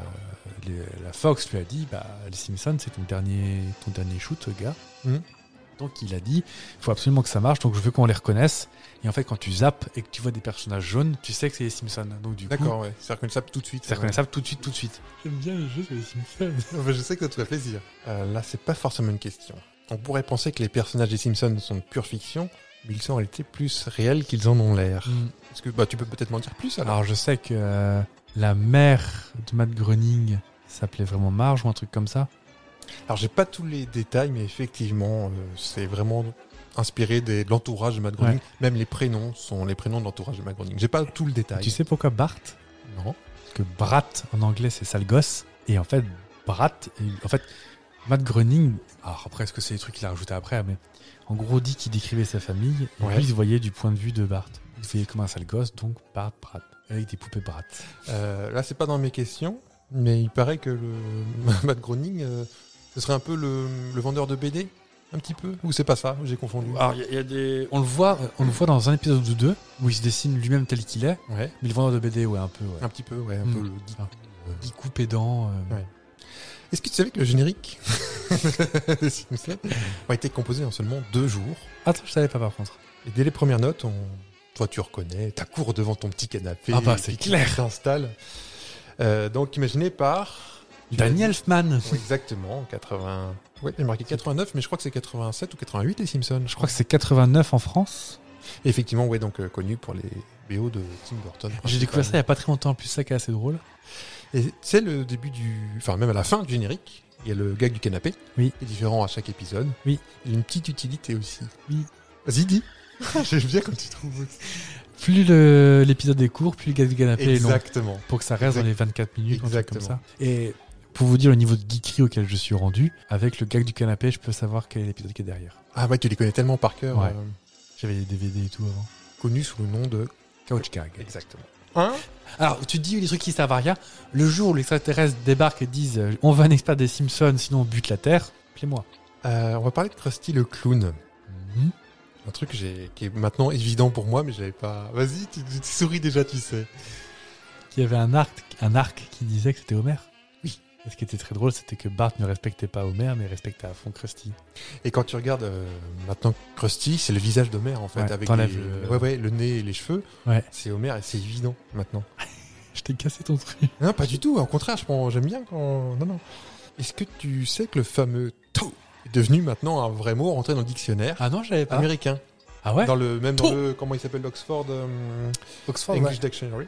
les- la Fox lui a dit, bah, les Simpsons, c'est ton dernier, ton dernier shoot, gars. Mhm. Donc il a dit, il faut absolument que ça marche, donc je veux qu'on les reconnaisse. Et en fait, quand tu zappes et que tu vois des personnages jaunes, tu sais que c'est les Simpsons. Donc du coup, D'accord, ouais. C'est reconnaissable tout de suite. c'est reconnaissable tout de suite, tout de suite. J'aime bien les jeux sur les Simpsons. Enfin, je sais que ça te ferait plaisir. Euh, là, c'est pas forcément une question. On pourrait penser que les personnages des Simpsons sont de pure fiction, mais ils sont en réalité plus réels qu'ils en ont Mm. l'air. Parce que bah, tu peux peut-être m'en dire plus alors. Alors je sais que euh, la mère de Matt Groening s'appelait vraiment Marge ou un truc comme ça. Alors, j'ai pas tous les détails, mais effectivement, euh, c'est vraiment inspiré des- de l'entourage de Matt Groening. Même les prénoms sont les prénoms de l'entourage de Matt Groening. J'ai pas tout le détail. Tu sais pourquoi Bart Non. Parce que Brat en anglais c'est sale gosse. Et en fait, Brat, il- en fait, Matt Groening, alors après est-ce que c'est des trucs qu'il a rajouté après, mais en gros dit qu'il décrivait sa famille, et Ouais. lui il se voyait du point de vue de Bart. Il se voyait comme un sale gosse, donc Bart Brat. Avec des poupées Brat. Euh, là, c'est pas dans mes questions, mais il paraît que le Matt Groening, euh, ce serait un peu le, le vendeur de BD, un petit peu. Ou c'est pas ça, j'ai confondu. Alors il y a- il y, a des. On le voit, on le voit dans un épisode ou deux, où il se dessine lui-même tel qu'il est, Ouais, mais le vendeur de BD, ouais, un peu, ouais. un petit peu, ouais, un Mm. peu le geek. Ah. Dix coups pédants. euh, Ouais. Est-ce que tu savais que le générique de Simpson a été composé en seulement deux jours Attends, je savais pas par contre. Et dès les premières notes, on... toi tu reconnais, t'as cours devant ton petit canapé. Ah bah, c'est et tu clair. t'installes. Euh, donc imaginé par. tu l'as dit. Daniel Elfman. Oui, exactement, 80. Ouais, j'ai marqué 89, mais je crois que c'est 87 ou 88 les Simpsons. Je crois que c'est 89 en France. Et Effectivement, ouais, donc euh, connu pour les BO de Tim Burton. J'ai découvert ça il y a pas très longtemps, en plus ça qui est assez drôle. Et c'est le début du. Enfin, même à la fin du générique, il y a le gag du canapé. Oui. Qui est différent à chaque épisode. Oui. Il y a une petite utilité aussi. Oui. Vas-y, dis. Ah, J'aime bien quand tu trouves. Plus le- l'épisode est court, plus le gaz du canapé est long. Exactement. Pour que ça reste Exact. dans les 24 minutes, un truc comme Exactement. ça. Et pour vous dire le niveau de geekerie auquel je suis rendu, avec le gag du canapé, je peux savoir quel est l'épisode qui est derrière. Ah ouais, tu les connais tellement par cœur. Ouais. euh, J'avais les DVD et tout avant. connus sous le nom de. Couch gag. Exactement. Hein Alors, tu dis les trucs qui servent à rien. Le jour où les extraterrestres débarquent et disent euh, on va un expert des Simpsons, sinon on bute la Terre, appelez-moi. Euh, on va parler de Krusty le clown. Mhm. Un truc que j'ai- qui est maintenant évident pour moi, mais j'avais pas. Vas-y, tu, tu souris déjà, tu sais. Il y avait un arc, un arc qui disait que c'était Homer. Oui. Et ce qui était très drôle, c'était que Bart ne respectait pas Homer, mais respectait à fond Krusty. Et quand tu regardes euh, maintenant Krusty, c'est le visage d'Homer en fait, Ouais, avec t'enlèves les- le- ouais, ouais, le nez et les cheveux. Ouais. C'est Homer et c'est évident maintenant. Je t'ai cassé ton truc. Non, pas du tout. Au contraire, je prends- j'aime bien quand. Non, non. Est-ce que tu sais que le fameux tout est devenu maintenant un vrai mot rentré dans le dictionnaire Ah non, j'avais pas. américain Ah ouais Dans le même dans Tout. le comment il s'appelle l'Oxford euh, Oxford, English Dictionary.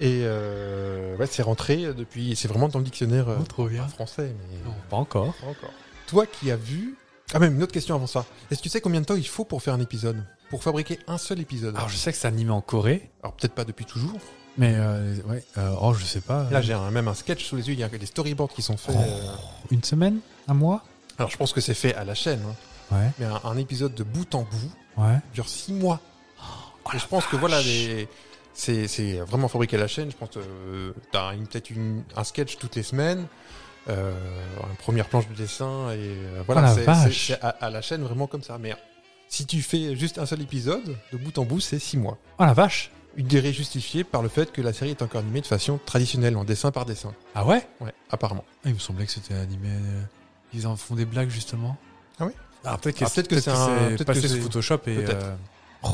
Et euh, ouais, c'est rentré depuis. C'est vraiment dans le dictionnaire euh, Oh, trop bien. français, mais Non, pas encore. pas encore. Toi qui as vu. Ah, même une autre question avant ça. Est-ce que tu sais combien de temps il faut pour faire un épisode Pour fabriquer un seul épisode Alors je sais que c'est animé en Corée, Alors peut-être pas depuis toujours. mais euh, ouais. euh, oh, je sais pas. Là j'ai un- même un sketch sous les yeux, il y a des storyboards qui sont faits. Oh. euh, une semaine, un mois. Alors je pense que c'est fait à la chaîne, hein. Ouais, mais un, un épisode de bout en bout ouais. dure six mois. Oh, Et je pense que voilà, les- c'est c'est vraiment fabriqué à la chaîne. Je pense que euh, t'as une- peut-être une- un sketch toutes les semaines, euh, une première planche de dessin, et euh, Oh voilà, la c'est- c'est vache. c'est à, à la chaîne vraiment comme ça. Mais si tu fais juste un seul épisode, de bout en bout, c'est six mois. Oh la vache. Une durée justifiée par le fait que la série est encore animée de façon traditionnelle, en dessin par dessin. Ah ouais Ouais, apparemment. Ah, Il me semblait que c'était animé. euh, Ils en font des blagues justement. Ah ouais Ah peut-être que Ah, c'est peut-être que c'est un- peut-être que passé c'est- sous Photoshop et. peut-être. euh,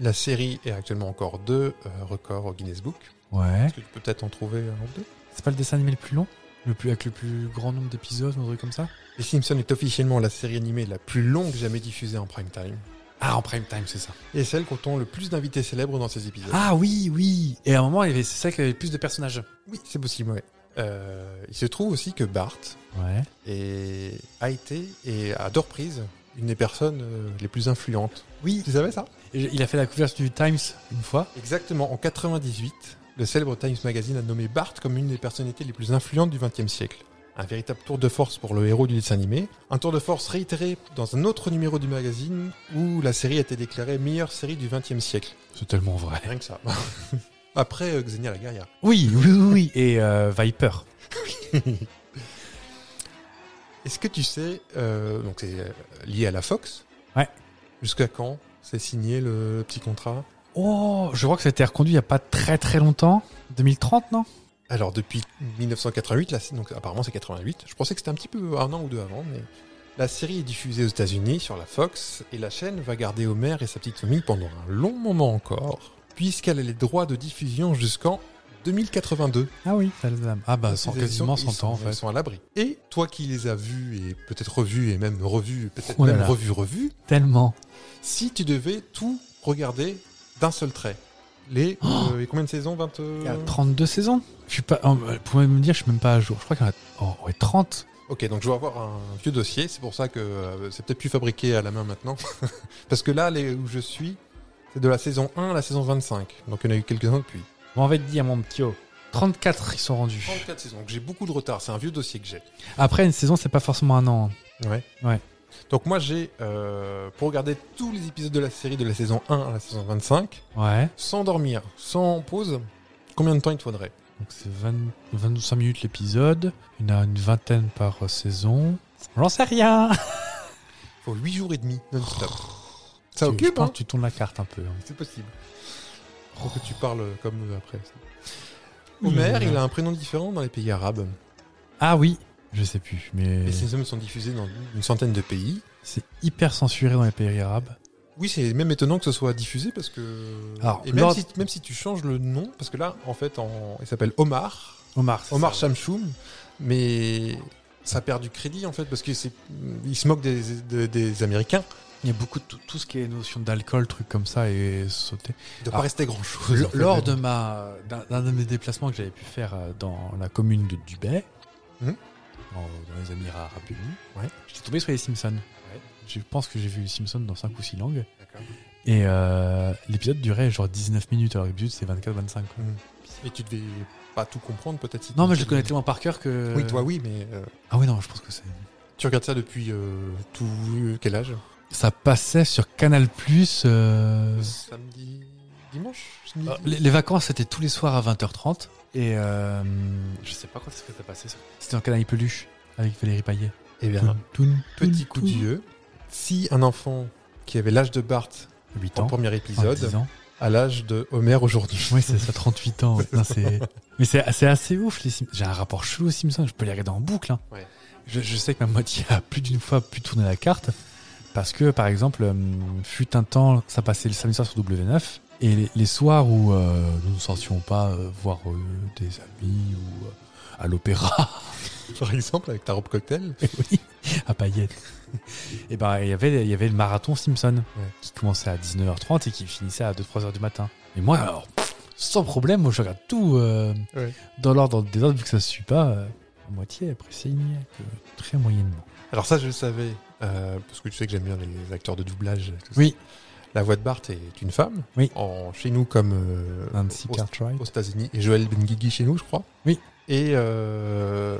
La série est actuellement encore deux euh, records au Guinness Book. Ouais. Est-ce que tu peux peut-être en trouver un ou deux C'est pas le dessin animé le plus long, le plus avec le plus grand nombre d'épisodes, un truc comme ça. Les Simpsons est officiellement la série animée la plus longue jamais diffusée en prime time. Ah en prime time c'est ça. Et celle comptant le plus d'invités célèbres dans ses épisodes. Ah oui oui. Et à un moment il y avait c'est ça qu'il y avait plus de personnages. oui, c'est possible, ouais. Euh, il se trouve aussi que Bart Ouais. est- a été, et à deux reprises, une des personnes euh, les plus influentes. Oui. Tu savais ça Et Il a fait la couverture du Times une fois. Exactement, en 98, le célèbre Times Magazine a nommé Bart comme une des personnalités les plus influentes du XXe siècle. Un véritable tour de force pour le héros du dessin animé, un tour de force réitéré dans un autre numéro du magazine où la série a été déclarée meilleure série du XXe siècle. C'est tellement vrai. Rien que ça. Après euh, Xenia la guerrière. Oui, oui, oui, oui. Et euh, Viper. Est-ce que tu sais, euh, donc c'est euh, lié à la Fox Ouais. Jusqu'à quand c'est signé le, petit contrat Oh, je crois que ça a été reconduit il n'y a pas très très longtemps. 2030, non Alors depuis 1988, là, c'est- donc apparemment c'est 88. Je pensais que c'était un petit peu un an ou deux avant, mais La série est diffusée aux États-Unis sur la Fox et la chaîne va garder Homer et sa petite famille pendant un long moment encore, puisqu'elle a les droits de diffusion jusqu'en 2082. Ah oui, ça les aime. Ah bah, sans, Ils quasiment sont- ils 100 ans en sont- Ils fait. sont à l'abri. Et toi qui les as vus et peut-être revus et même revus, peut-être Oh là même là. revus, revus, Tellement. si tu devais tout regarder d'un seul trait, les Oh euh, et combien de saisons euh, 20 Il y a 32 saisons. Je suis pas. oh, bah, Vous pouvez me dire, je suis même pas à jour. Je crois qu'il y en a. Oh ouais, 30. Ok, donc je vais avoir un vieux dossier, c'est pour ça que euh, c'est peut-être plus fabriqué à la main maintenant. Parce que là, les, où je suis, c'est de la saison 1 à la saison 25. Donc il y en a eu quelques-uns depuis. Bon, on va te dire, mon petit oh. 34 ils sont rendus. 34 saisons, donc j'ai beaucoup de retard, c'est un vieux dossier que j'ai. Après, une saison, c'est pas forcément un an. Ouais. Ouais. Donc moi j'ai, euh, pour regarder tous les épisodes de la série de la saison 1 à la saison 25, Ouais. sans dormir, sans pause, combien de temps il te faudrait Donc c'est 20 25 minutes l'épisode. Il y en a une vingtaine par euh, saison. J'en sais rien. Faut 8 jours et demi non-stop. Ça Tu- je occupe, pense hein que tu tournes la carte un peu. hein. C'est possible. Faut que tu parles comme eux après. Homer, il a un prénom différent dans les pays arabes. Ah oui, je sais plus, mais Les saisons sont diffusées dans une centaine de pays. c'est hyper censuré dans les pays arabes. Oui, c'est même étonnant que ce soit diffusé parce que. Alors, Et même l'ordre- si, même si tu changes le nom, parce que là, en fait, en- il s'appelle Omar, Omar. c'est Omar ça. Shamshoum, mais ça perd du crédit en fait parce qu'il se moque des, des- des Américains Il y a beaucoup de tout, tout ce qui est notion d'alcool, trucs comme ça et sauter. de Ah. pas rester grand chose. Lors de ma d'un d'un de mes déplacements que j'avais pu faire euh, dans la commune de Dubaix, Mhm. en- dans les Émirats Arabes Unis, Ouais. j'étais tombé sur les Simpsons. Je pense que j'ai vu les Simpsons dans 5 ou 6 langues. D'accord. Et euh, l'épisode durait genre 19 minutes, alors que l'habitude c'est 24-25. quoi. Et tu devais pas tout comprendre peut-être. si Non, tu- mais je le connais tellement par cœur que. Oui, toi oui, mais euh, euh, Ah oui, non, je pense que c'est. tu regardes ça depuis euh, tout quel âge Ça passait sur Canal Plus. euh, Samedi, dimanche. samedi, Les, les vacances, c'était tous les soirs à 20h30. Et euh, je sais pas quand est-ce que ça passait ça. C'était dans Canal Peluche avec Valérie Payet. Eh bien, Toun, toun, petit toun, coup toun. d'yeux. Si un enfant qui avait l'âge de Bart 8 dans ans. le premier enfin, épisode 10 Ah, ans. à l'âge de Homer aujourd'hui. Oui, c'est ça, 38 ans. ouais. Non, c'est- Mais c'est c'est assez ouf. les Sim- J'ai un rapport chelou aux Simpsons. Je peux les regarder en boucle. hein. Ouais. Je, je sais que ma moitié a plus d'une fois pu tourner la carte. Parce que, par exemple, hum, fut un temps, ça passait le samedi soir sur W9. Et les, les soirs où euh, nous ne sortions pas euh, voir euh, des amis ou euh, à l'opéra, Par exemple, avec ta robe cocktail. oui, à paillettes, et ben, il y avait- il y avait le marathon Simpson Ouais. qui commençait à 19h30 et qui finissait à 2-3h du matin. Et moi, alors, pff, sans problème, moi je regarde tout euh, Ouais. dans l'ordre des ordres, vu que ça ne suit pas euh, à moitié, après c'est ignac, euh, très moyennement. Alors ça, je le savais, euh, parce que tu sais que j'aime bien les acteurs de doublage. tout ça. Oui. La voix de Bart est une femme. Oui. En, chez nous, comme euh, Nancy aux- Cartwright. aux États-Unis. Et Joël Benguigui chez nous, je crois. Oui. Et euh,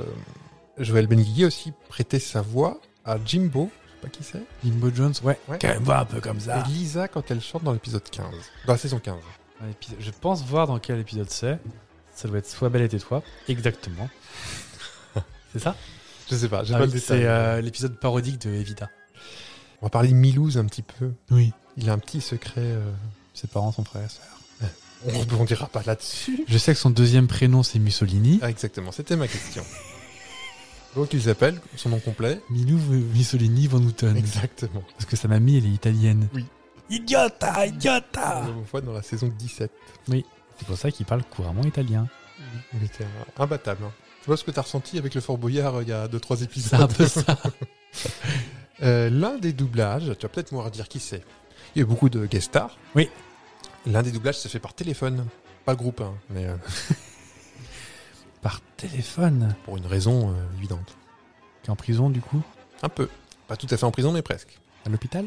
Joël Benguigui a aussi prêté sa voix à Jimbo, je sais pas qui c'est, Jimbo Jones, ouais, Ouais. quand même voix un peu comme ça. et Lisa quand elle chante dans l'épisode 15, dans la saison 15. Un épisode- Je pense voir dans quel épisode c'est. Ça doit être Sois belle et tais-toi. Exactement. c'est ça Je sais pas, j'ai Ah pas oui, le détail. C'est euh, l'épisode parodique de Evita. On va parler de Milouz un petit peu. Oui. Il a un petit secret. euh, Ses parents sont frères et sœurs. On rebondira pas là-dessus. Je sais que son deuxième prénom c'est Mussolini. Ah, exactement, c'était ma question. Donc ils appellent son nom complet. Milou euh, Mussolini Van Houten. Exactement. Parce que sa mamie elle est italienne. Oui. Idiota, idiota On le voit dans la saison 17. C'est pour ça qu'il parle couramment italien. Il était euh, imbattable. hein. Tu vois ce que t'as ressenti avec le Fort Boyard euh, il y a 2-3 C'est un épisodes. peu ça. Euh, L'un des doublages, tu vas peut-être me dire qui c'est. Il y a eu beaucoup de guest stars. Oui. L'un des doublages se fait par téléphone. Pas groupe, hein, mais euh, Par téléphone. pour une raison euh, évidente. Qui est en prison du coup Un peu. Pas tout à fait en prison, mais presque. À l'hôpital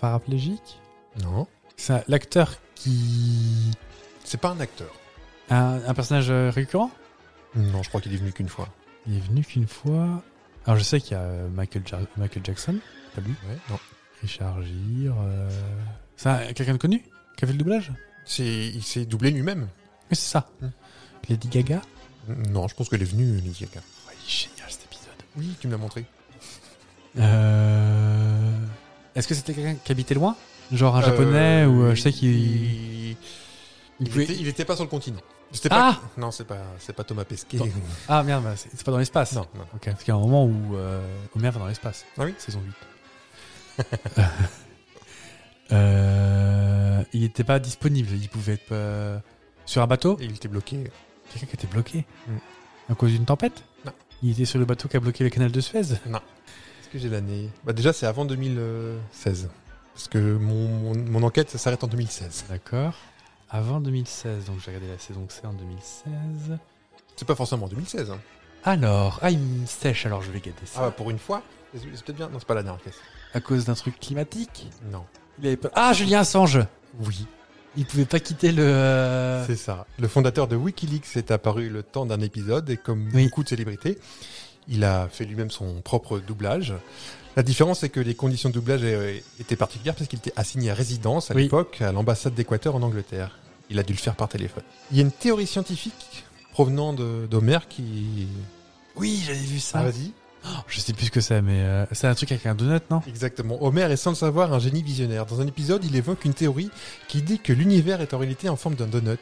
Paraplégique Non. C'est un- l'acteur qui. C'est pas un acteur. Un, un personnage euh, récurrent Non, je crois qu'il est venu qu'une fois. Il est venu qu'une fois. Alors je sais qu'il y a euh, Michael, Ja- Michael Jackson, pas lui. Ouais, non. Richard Gere. euh, C'est un- quelqu'un de connu qui a fait le doublage C'est- Il s'est doublé lui-même. Oui, c'est ça. Hmm. Lady Gaga. Non, je pense qu'elle est venue, Lady Gaga. Ouais, il est génial cet épisode. Oui, tu me l'as montré. Euh, Est-ce que c'était quelqu'un qui habitait loin Genre un japonais Euh, ou euh, je sais qu'il. il... il il pouvait- était, il était pas sur le continent. C'était pas- Ah Non, c'est pas, c'est pas Thomas Pesquet. Non. Ah merde, bah, c'est c'est pas dans l'espace. Non, non. Ok, parce qu'il y a un moment où euh, Homer va dans l'espace. Ah oui Saison 8. Euh, il n'était pas disponible. Il pouvait être euh, sur un bateau. Et Il était bloqué. Quelqu'un qui était bloqué. Mm. À cause d'une tempête Non. Il était sur le bateau qui a bloqué le canal de Suez Est-ce que j'ai l'année bah, Déjà, c'est avant 2016. Parce que mon, mon, mon enquête, ça s'arrête en 2016. D'accord. Avant 2016, donc j'ai regardé la saison que c'est en 2016. C'est pas forcément en 2016. hein. Alors, ah, il me sèche, alors je vais gâter Ah, ça. bah, pour une fois C'est c'est peut-être bien. Non, c'est pas la dernière pièce. À cause d'un truc climatique Non. il avait pas... Ah, Julien Assange Oui, Il pouvait pas quitter le. euh, c'est ça. Le fondateur de Wikileaks est apparu le temps d'un épisode et comme Oui. beaucoup de célébrités, il a fait lui-même son propre doublage. La différence, c'est que les conditions de doublage euh, étaient particulières parce qu'il était assigné à résidence à Oui. l'époque à l'ambassade d'Équateur en Angleterre. Il a dû le faire par téléphone. Il y a une théorie scientifique provenant de- d'Homer qui... Ah, Oui, j'avais vu ça. vas-y. Oh, Je sais plus ce que c'est, mais euh, c'est un truc avec un donut, non Exactement. Homer est sans le savoir un génie visionnaire. Dans un épisode, il évoque une théorie qui dit que l'univers est en réalité en forme d'un donut.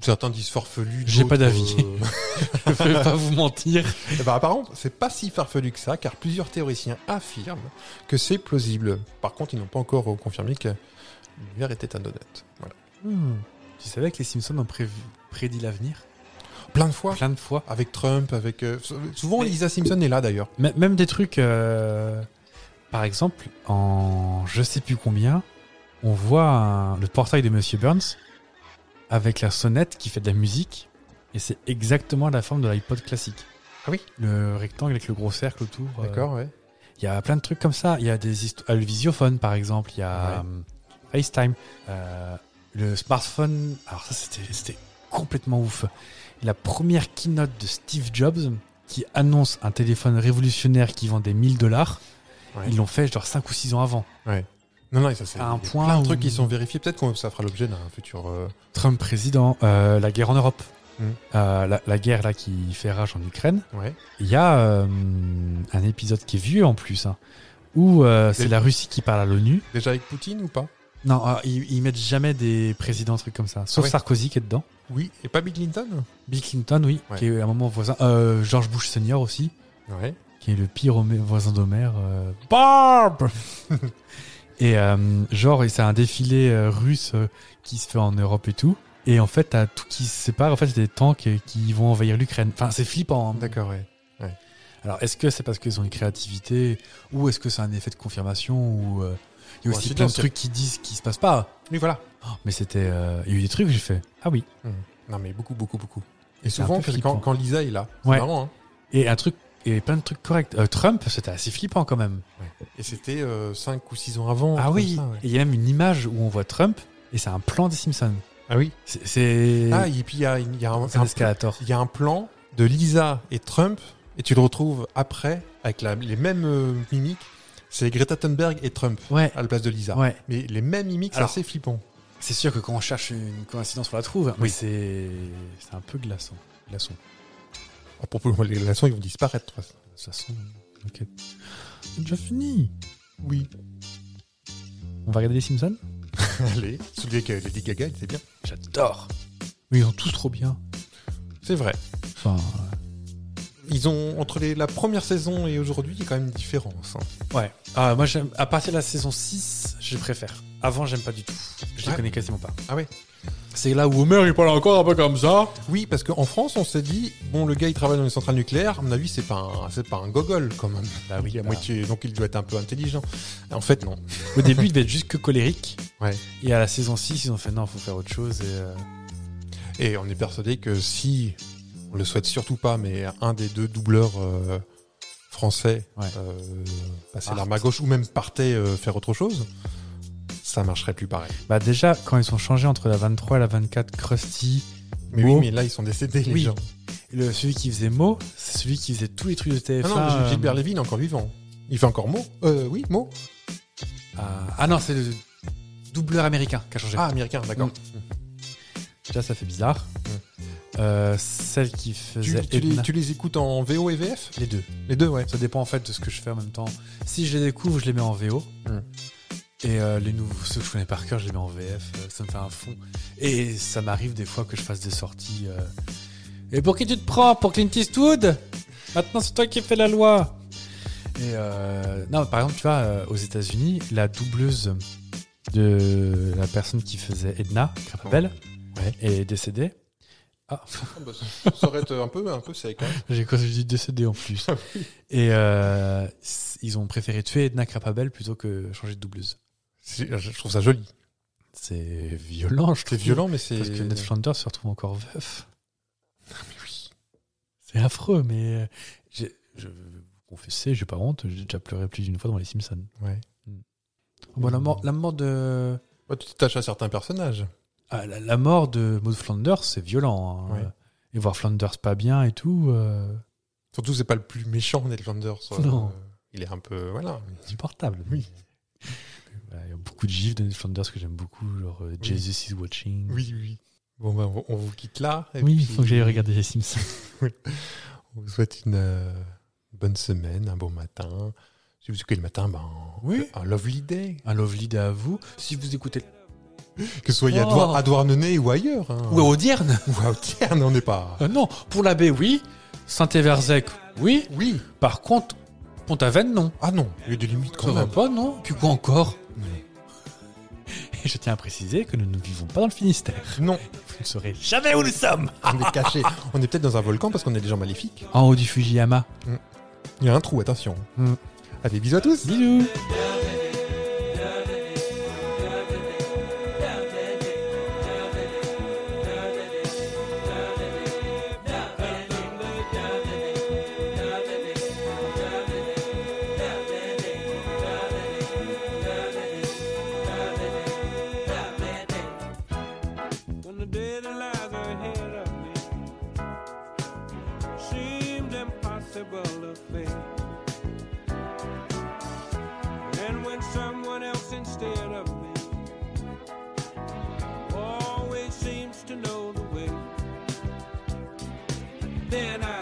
Certains disent farfelu. J'ai pas d'autres, d'avis. euh, Je vais pas vous mentir. Eh ben, apparemment, c'est pas si farfelu que ça, car plusieurs théoriciens affirment que c'est plausible. Par contre, ils n'ont pas encore euh, confirmé que l'univers était un donut. Voilà. Hmm. Tu savais que les Simpsons ont prévu- prédit l'avenir Plein de fois, plein de fois. avec Trump, avec euh, sou- souvent Mais- Lisa Simpson est là d'ailleurs. M- même des trucs, euh, par exemple, en je sais plus combien, on voit un- le portail de Monsieur Burns avec la sonnette qui fait de la musique, et c'est exactement la forme de l'iPod classique. Ah oui Le rectangle avec le gros cercle autour. euh, D'accord, ouais. Il y a plein de trucs comme ça. Il y a des histoires. Le visiophone, par exemple. Il y a euh, FaceTime. Euh, le smartphone. Alors, ça, c'était c'était complètement ouf. La première keynote de Steve Jobs qui annonce un téléphone révolutionnaire qui vend des 1000 dollars. Ouais. Ils l'ont fait genre 5 ou 6 ans avant. Non, non, et ça c'est. À un il y a point Plein de où- trucs qui sont vérifiés. Peut-être que ça fera l'objet d'un futur. euh, Trump président, euh, la guerre en Europe, Mm. Euh, la, la guerre là qui fait rage en Ukraine. Ouais. Il y a euh, un épisode qui est vieux en plus, hein, où euh, c'est Et- la Russie qui parle à l'ONU. Déjà avec Poutine ou pas Non, euh, ils, ils mettent jamais des présidents, trucs comme ça. Ah Sauf ouais. Sarkozy qui est dedans. Oui. Et pas Bill Clinton Bill Clinton, oui, Ouais. qui est à un moment voisin. Euh, George Bush senior aussi, Ouais. qui est le pire homé- voisin d'Homer. euh, Barb Et euh, genre, et c'est un défilé euh, russe euh, qui se fait en Europe et tout. Et en fait, t'as tout qui se sépare. En fait, c'est des tanks euh, qui vont envahir l'Ukraine. Enfin, c'est flippant. hein. D'accord, ouais. Alors, est-ce que c'est parce qu'ils ont une créativité ou est-ce que c'est un effet de confirmation ou euh, il y a Ouais, aussi c'est plein bien, de c'est- trucs qui disent qui se passent pas. Oui, voilà. Oh, mais c'était, euh, il y a eu des trucs où j'ai fait. Ah oui. Non, mais beaucoup, beaucoup, beaucoup. Et C'est un souvent, peu quand, flippant. quand Lisa est là, c'est Ouais. marrant, hein. Et un truc et plein de trucs corrects. Euh, Trump, c'était assez flippant quand même. Et c'était 5 ou 6 ans avant. Ah comme oui, ça, ouais. et il y a même une image où on voit Trump et c'est un plan des Simpsons. Ah oui. C'est- C'est Ah, et puis il y a, il y a un, c'est un un- escalator. il y a un plan de Lisa et Trump, et tu le retrouves après avec la- les mêmes euh, mimiques. C'est Greta Thunberg et Trump Ouais, à la place de Lisa. ouais. Mais les mêmes mimiques, c'est Alors- assez flippant. C'est sûr que quand on cherche une coïncidence, on la trouve. Mais c'est c'est un peu glaçant. Glaçon. À propos, les relations, ils vont disparaître. Ça sent. Ok. C'est déjà fini. Oui. On va regarder les Simpsons. Allez, celui avec euh, Lady Gaga, c'est bien. J'adore. Mais ils sont tous trop bien. C'est vrai. Enfin, Ils ont, entre les- la première saison et aujourd'hui, il y a quand même une différence. hein. ouais. Ah, moi, j'aime. À partir de la saison 6, je préfère. Avant, j'aime pas du tout. Je les Ouais. connais quasiment pas. Ah ouais. C'est là où Homer, il parle encore un peu comme ça. Oui, parce qu'en France, on s'est dit, bon, le gars, il travaille dans une centrale nucléaire. À mon avis, c'est pas un, c'est pas un gogol, quand même. Bah oui, Il est à bah. moitié, donc il doit être un peu intelligent. En fait, non. Au début, il devait être juste que colérique. Ouais. Et à la saison 6, ils ont fait non, faut faire autre chose. Et, euh, Et on est persuadé que si, on le souhaite surtout pas, mais un des deux doubleurs euh, français Ouais. euh, passait Part. l'arme à gauche ou même partait euh, faire autre chose, ça marcherait plus pareil. Bah, déjà, quand ils sont changés entre la 23 et la 24, Krusty, Mais Bon. oui, mais là, ils sont décédés, les Oui. gens. le, celui qui faisait Mo, c'est celui qui faisait tous les trucs de TF1. Ah non, mais euh, Gilbert Lévin est encore vivant. Il fait encore mot Euh, oui, mot ah, ah non, c'est le doubleur américain qui a changé. Ah, américain, d'accord. Déjà, ça fait bizarre. Euh, celle qui Tu, faisait. tu les, Edna. tu les écoutes en VO et VF Les deux. Les deux, ouais. Ça dépend en fait de ce que je fais en même temps. Si je les découvre, je les mets en VO. Mm. Et euh, les nouveaux, ceux que je connais par cœur, je les mets en VF, euh, ça me fait un fond. Et ça m'arrive des fois que je fasse des sorties. euh, Et pour qui tu te prends Pour Clint Eastwood Maintenant, c'est toi qui fais la loi Et euh, non, par exemple, tu vois, euh, aux États-Unis, la doubleuse de la personne qui faisait Edna Krabappel est décédée. Ah, bah, ça aurait été un peu, un peu sec. hein. j'ai quand j'ai dit décédée en plus. Ah Et euh, ils ont préféré tuer Edna Krabappel plutôt que changer de doubleuse. C'est- euh, Je trouve ça joli. C'est violent, je C'est trouve. violent, mais Ah, c'est. Parce que Ned Flanders se retrouve encore veuf. C'est affreux, mais euh, j'ai- je vais vous confesser, j'ai pas honte, j'ai déjà pleuré plus d'une fois dans les Simpsons. Mm. Ouais. Bon, la, mort, la mort de Ouais, tu t'attaches à certains personnages. ah, la, la mort de Maud Flanders, c'est violent. hein. Ouais. Et voir Flanders pas bien et tout, euh, Surtout, c'est pas le plus méchant, Ned Flanders. euh, Non. il est un peu. Voilà. insupportable. Oui. Voilà, Il y a beaucoup de gifs de Ned Flanders que j'aime beaucoup, genre euh, Jesus is watching. Oui, oui. Bon, ben, on- on vous quitte là. et Oui, il puis- faut que j'aille regarder les Simpsons. On vous souhaite une euh, bonne semaine, un bon matin. Si vous écoutez le matin, ben, Oui. un lovely day. Un lovely day à vous. Si vous écoutez. Que ce soit à Oh. Douar- à Douarnenez ou ailleurs. hein. Ou à Audierne Ou à Audierne, on n'est pas. Euh, non, pour l'abbé, oui. Saint-Éverzec, oui. Oui. Par contre, Pont-Aven, non. Ah non, il y a des limites Ça quand va même. pas, non Puis quoi encore Oui. Et je tiens à préciser que nous ne vivons pas dans le Finistère. Non, Vous ne saurez jamais où nous sommes on est caché. on est peut-être dans un volcan parce qu'on est des gens maléfiques. En haut du Fujiyama. Il y a un trou, attention. Mm. Allez, bisous à tous. Bisous when the dead lies ahead of me seemed impossible to face. And when someone else instead of me always seems to know the way, then I